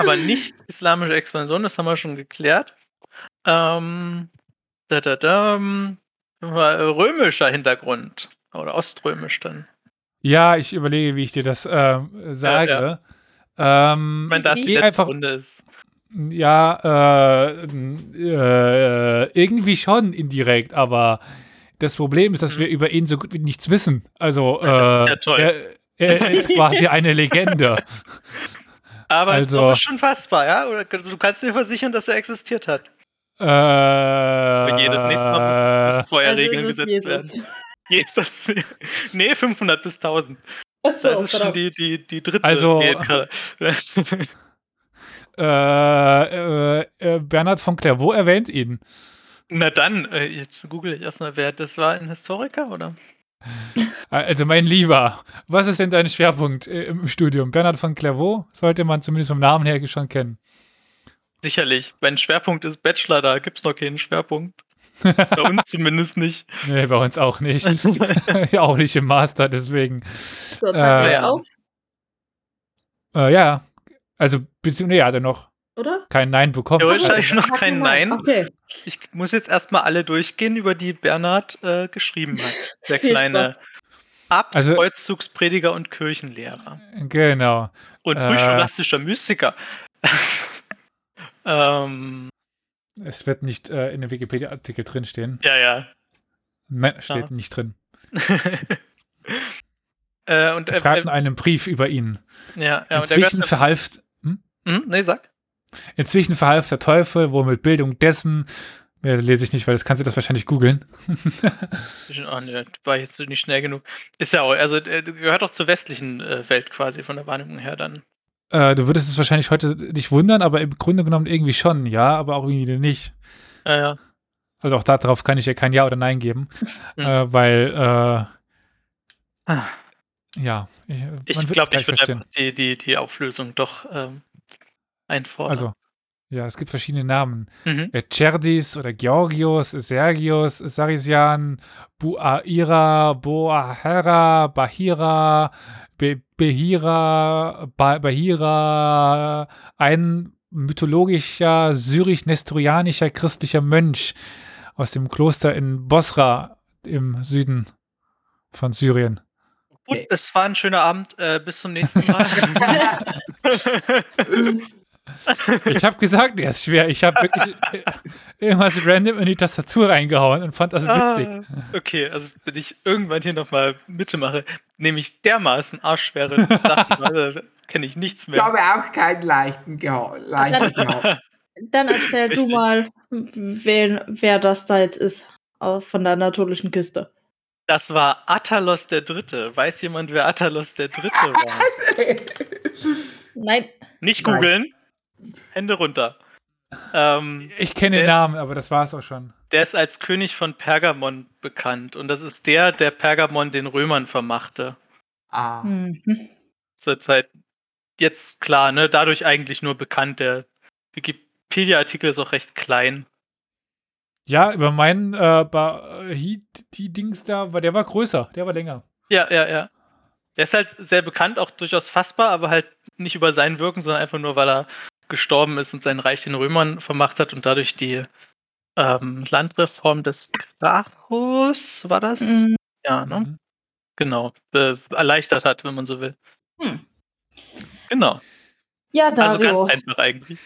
Speaker 5: aber nicht islamische Expansion, das haben wir schon geklärt. Ähm, da, da, da, ähm, römischer Hintergrund. Oder oströmisch dann.
Speaker 1: Ja, ich überlege, wie ich dir das ähm, sage. Ähm,
Speaker 5: Ich meine, da es die
Speaker 1: geh
Speaker 5: letzte
Speaker 1: einfach,
Speaker 5: Runde ist.
Speaker 1: Ja, äh, äh, irgendwie schon indirekt, aber das Problem ist, dass wir über ihn so gut wie nichts wissen. Also, äh,
Speaker 5: Mhm. Das ist ja toll.
Speaker 1: Er, er ist quasi eine Legende.
Speaker 5: Aber es
Speaker 1: Also-
Speaker 5: ist schon fassbar, ja? Oder also, du kannst mir versichern, dass er existiert hat.
Speaker 1: Äh,
Speaker 5: Aber jedes nächste Mal müssen, müssen vorher
Speaker 4: Also
Speaker 5: Regeln
Speaker 4: ist es
Speaker 5: gesetzt
Speaker 4: Jesus.
Speaker 5: werden. Jesus. nee, 500 bis 1000.
Speaker 4: Achso,
Speaker 5: Das ist
Speaker 1: genau.
Speaker 5: schon
Speaker 4: verdammt.
Speaker 5: die, die, die dritte.
Speaker 1: Also-
Speaker 5: Lehrkre-
Speaker 1: äh, äh, äh, Bernhard von Clairvaux erwähnt ihn.
Speaker 5: Na dann, äh, jetzt google ich erstmal, wer das war, ein Historiker oder?
Speaker 1: Also, mein Lieber, was ist denn dein Schwerpunkt äh, im Studium? Bernhard von Clairvaux sollte man zumindest vom Namen her schon kennen.
Speaker 5: Sicherlich. Mein Schwerpunkt ist Bachelor, da gibt es noch keinen Schwerpunkt. Bei uns zumindest nicht.
Speaker 1: Nee, bei uns auch nicht. ja, auch nicht im Master, deswegen.
Speaker 4: So, jetzt hören wir
Speaker 1: äh,
Speaker 4: jetzt auf,
Speaker 1: Äh, ja, also, beziehungsweise, ja, hat er noch
Speaker 4: oder?
Speaker 1: kein Nein bekommen.
Speaker 5: Theoretisch
Speaker 4: Äh,
Speaker 5: habe ich noch
Speaker 4: Sag
Speaker 5: kein
Speaker 4: mir mal.
Speaker 5: Nein.
Speaker 4: Okay.
Speaker 5: Ich muss jetzt erstmal alle durchgehen, über die Bernhard äh, geschrieben hat. Der
Speaker 4: Viel
Speaker 5: kleine Abt,
Speaker 1: Also-
Speaker 5: Kreuzzugsprediger und Kirchenlehrer.
Speaker 1: Genau.
Speaker 5: Und
Speaker 1: Äh.
Speaker 5: frühscholastischer Mystiker. Ähm,
Speaker 1: Es wird nicht äh, in dem Wikipedia-Artikel drinstehen.
Speaker 5: ja, ja.
Speaker 1: Nein, steht
Speaker 5: Ja.
Speaker 1: nicht drin.
Speaker 5: äh, und,
Speaker 1: Er
Speaker 5: äh,
Speaker 1: schreibt
Speaker 5: äh,
Speaker 1: einen Brief über ihn.
Speaker 5: ja, ja, und der
Speaker 1: Inzwischen
Speaker 5: Götze.
Speaker 1: verhalf, hm?
Speaker 5: Hm? Nee, sag.
Speaker 1: Inzwischen verhalf der Teufel wohl mit Bildung dessen. Mehr lese ich nicht, weil das kannst du das wahrscheinlich googeln.
Speaker 5: Ah, nee, war jetzt nicht schnell genug. Ist ja auch, also äh, gehört auch zur westlichen äh, Welt quasi von der Wahrnehmung her dann.
Speaker 1: Äh, du würdest es wahrscheinlich heute dich wundern, aber im Grunde genommen irgendwie schon, ja, aber auch irgendwie nicht.
Speaker 5: Ja, ja.
Speaker 1: Also auch darauf kann ich ja kein Ja oder Nein geben,
Speaker 5: Mhm.
Speaker 1: äh, weil, äh,
Speaker 5: Ah.
Speaker 1: ja.
Speaker 5: Ich
Speaker 1: man wird es
Speaker 5: glaube, ich
Speaker 1: gleich
Speaker 5: würde
Speaker 1: verstehen.
Speaker 5: einfach die, die, die Auflösung doch ähm, einfordern.
Speaker 1: Also, ja, es gibt verschiedene Namen.
Speaker 5: Mhm.
Speaker 1: Äh, Cerdis oder Georgios, Sergios, Sarisian, Buaira, Boahera, Bahira, Be Behira, ba Bahira, ein mythologischer, syrisch-nestorianischer christlicher Mönch aus dem Kloster in Bosra im Süden von Syrien.
Speaker 5: Gut, es war ein schöner Abend. Äh, bis zum nächsten Mal.
Speaker 1: Ich habe gesagt, er ist schwer. Ich habe wirklich äh, irgendwas random in die Tastatur reingehauen und fand das witzig.
Speaker 5: Ah, okay, also wenn ich irgendwann hier nochmal Mitte mache, nehme ich dermaßen arschschwere Sachen, kenne ich nichts
Speaker 6: Ich
Speaker 5: mehr.
Speaker 6: habe auch keinen leichten gehabt. Leichten gehabt.
Speaker 4: Dann erzähl du
Speaker 5: Richtig.
Speaker 4: mal, wen, wer das da jetzt ist au- von der anatolischen Küste.
Speaker 5: Das war Attalos der Dritte. Weiß jemand, wer Attalos der Dritte war?
Speaker 4: Nein,
Speaker 5: Nicht
Speaker 6: Nein.
Speaker 5: googeln. Hände runter. Ähm,
Speaker 1: Ich kenne den
Speaker 5: Jetzt-
Speaker 1: Namen, aber das war es auch schon.
Speaker 5: Der ist als König von Pergamon bekannt und das ist der, der Pergamon den Römern vermachte.
Speaker 6: ah.
Speaker 4: mhm.
Speaker 5: Zur Zeit jetzt klar, ne? Dadurch eigentlich nur bekannt. Der Wikipedia-Artikel ist auch recht klein.
Speaker 1: Ja, über meinen äh, Ba- äh, Hi- die Dings da, war- der war größer, der war länger.
Speaker 5: Ja, ja, ja. Der ist halt sehr bekannt, auch durchaus fassbar, aber halt nicht über sein Wirken, sondern einfach nur, weil er gestorben ist und sein Reich den Römern vermacht hat und dadurch die ähm, Landreform des Gracchus, war das?
Speaker 4: Mhm.
Speaker 5: Ja, ne?
Speaker 1: Mhm.
Speaker 5: Genau. Äh, erleichtert hat, wenn man so will.
Speaker 4: Hm.
Speaker 5: Genau.
Speaker 4: Ja,
Speaker 5: Also
Speaker 4: Dario,
Speaker 5: ganz einfach eigentlich.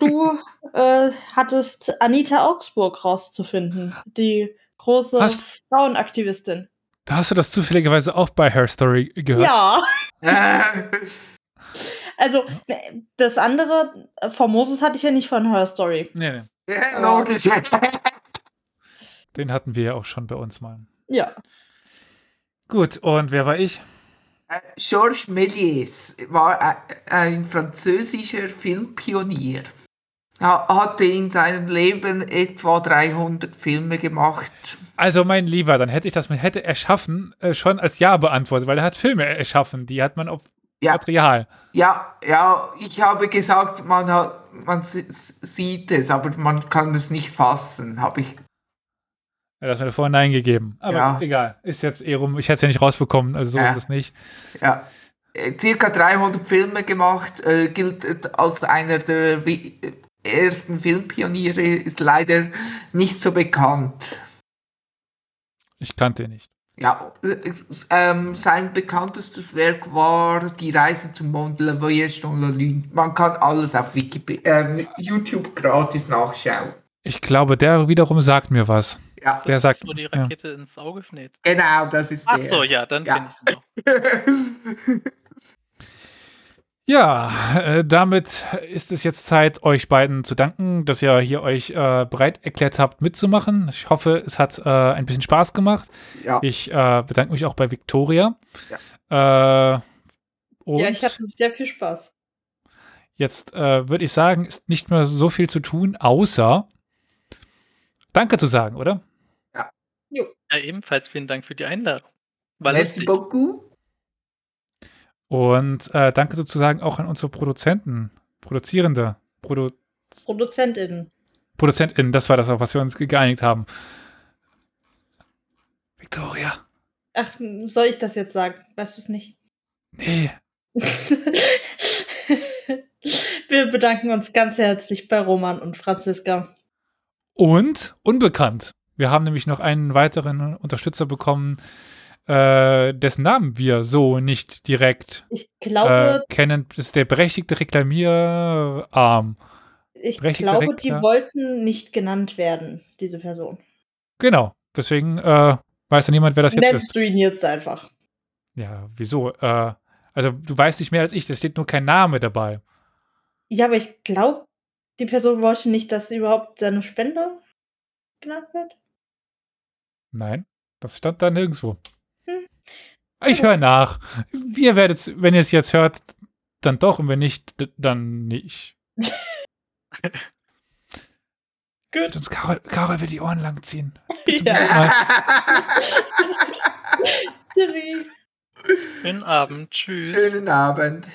Speaker 4: du äh, hattest Anita Augsburg rauszufinden, die große
Speaker 1: Hast-
Speaker 4: Frauenaktivistin.
Speaker 1: Da hast du das zufälligerweise auch bei Her Story gehört.
Speaker 4: Ja,
Speaker 6: Äh,
Speaker 4: also ne, das andere, äh, Formosus hatte ich ja nicht von Her Story.
Speaker 1: Nee, nee.
Speaker 6: ja, Logisch.
Speaker 1: Den hatten wir ja auch schon bei uns mal.
Speaker 4: Ja,
Speaker 1: Gut, und wer war ich?
Speaker 6: Äh, Georges Méliès war äh, ein französischer Filmpionier. Er hatte in seinem Leben etwa 300 Filme gemacht.
Speaker 1: Also mein Lieber, dann hätte ich das mit hätte erschaffen äh, schon als Ja beantwortet, weil er hat Filme erschaffen, die hat man auf
Speaker 6: Ja.
Speaker 1: Material.
Speaker 6: Ja, ja, ich habe gesagt, man, hat, man si- sieht es, aber man kann es nicht fassen, habe ich.
Speaker 1: Ja, das hat mir vorhin Nein gegeben. Aber
Speaker 6: Ja.
Speaker 1: gut, egal, ist jetzt eh rum. Ich hätte es ja nicht rausbekommen, also so
Speaker 6: Ja.
Speaker 1: ist es nicht.
Speaker 6: Ja. Äh, Circa 300 Filme gemacht, äh, gilt äh, als einer der wi- äh, ersten Filmpioniere, ist leider nicht so bekannt.
Speaker 1: Ich kannte ihn nicht.
Speaker 6: Ja, äh, es- ähm, sein bekanntestes Werk war Die Reise zum Mond, Le Voyage dans la Lune. Man kann alles auf Wikipedia, ähm, YouTube gratis nachschauen.
Speaker 1: Ich glaube, der wiederum sagt mir was.
Speaker 6: Ja,
Speaker 5: Das
Speaker 1: Wer
Speaker 5: ist
Speaker 1: sagt-
Speaker 5: das, wo die
Speaker 1: ja.
Speaker 5: Rakete ins Auge näht.
Speaker 6: genau, das ist
Speaker 5: Ach
Speaker 6: der.
Speaker 5: so, ja, dann
Speaker 6: Ja.
Speaker 5: bin ich dann auch.
Speaker 1: Ja, äh, damit ist es jetzt Zeit, euch beiden zu danken, dass ihr hier euch äh, bereit erklärt habt, mitzumachen. Ich hoffe, es hat äh, ein bisschen Spaß gemacht.
Speaker 6: ja.
Speaker 1: Ich äh, bedanke mich auch bei Victoria. Äh, und
Speaker 4: ja ich hatte sehr viel Spaß.
Speaker 1: jetzt äh, würde ich sagen, ist nicht mehr so viel zu tun, außer Danke zu sagen, oder?
Speaker 5: Ja, ebenfalls vielen Dank für die Einladung. War
Speaker 6: Merci
Speaker 5: lustig.
Speaker 6: beaucoup.
Speaker 1: Und äh, danke sozusagen auch an unsere Produzenten, Produzierende, Produ
Speaker 4: ProduzentInnen.
Speaker 1: ProduzentInnen, das war das, auf was wir uns geeinigt haben. Victoria.
Speaker 4: Ach, m, soll ich das jetzt sagen? Weißt du es nicht?
Speaker 1: Nee,
Speaker 4: Wir bedanken uns ganz herzlich bei Roman und Franziska.
Speaker 1: Und unbekannt. Wir haben nämlich noch einen weiteren Unterstützer bekommen, äh, dessen Namen wir so nicht direkt
Speaker 4: Ich
Speaker 1: äh,
Speaker 4: glaube,
Speaker 1: kennen. Das ist der berechtigte Reklamierarm.
Speaker 4: Ich
Speaker 1: Berechtigter
Speaker 4: glaube,
Speaker 1: Rektor.
Speaker 4: die wollten nicht genannt werden, diese Person.
Speaker 1: Genau. Deswegen äh, weiß ja niemand, wer das jetzt
Speaker 4: Nennst
Speaker 1: ist.
Speaker 4: du ihn jetzt einfach.
Speaker 1: Ja, wieso? Äh, also du weißt nicht mehr als ich, da steht nur kein Name dabei.
Speaker 4: Ja, aber ich glaube, die Person wollte nicht, dass überhaupt seine Spende genannt wird.
Speaker 1: Nein, das stand da nirgendwo.
Speaker 4: Hm.
Speaker 1: Ich höre nach. Ihr werdet, wenn ihr es jetzt hört, dann doch und wenn nicht, d- dann nicht.
Speaker 4: Gut.
Speaker 1: Wird uns Karol, Karol will die Ohren langziehen.
Speaker 4: Ja,
Speaker 1: Mal.
Speaker 4: Tschüssi.
Speaker 5: Schönen Abend. Tschüss.
Speaker 6: Schönen Abend.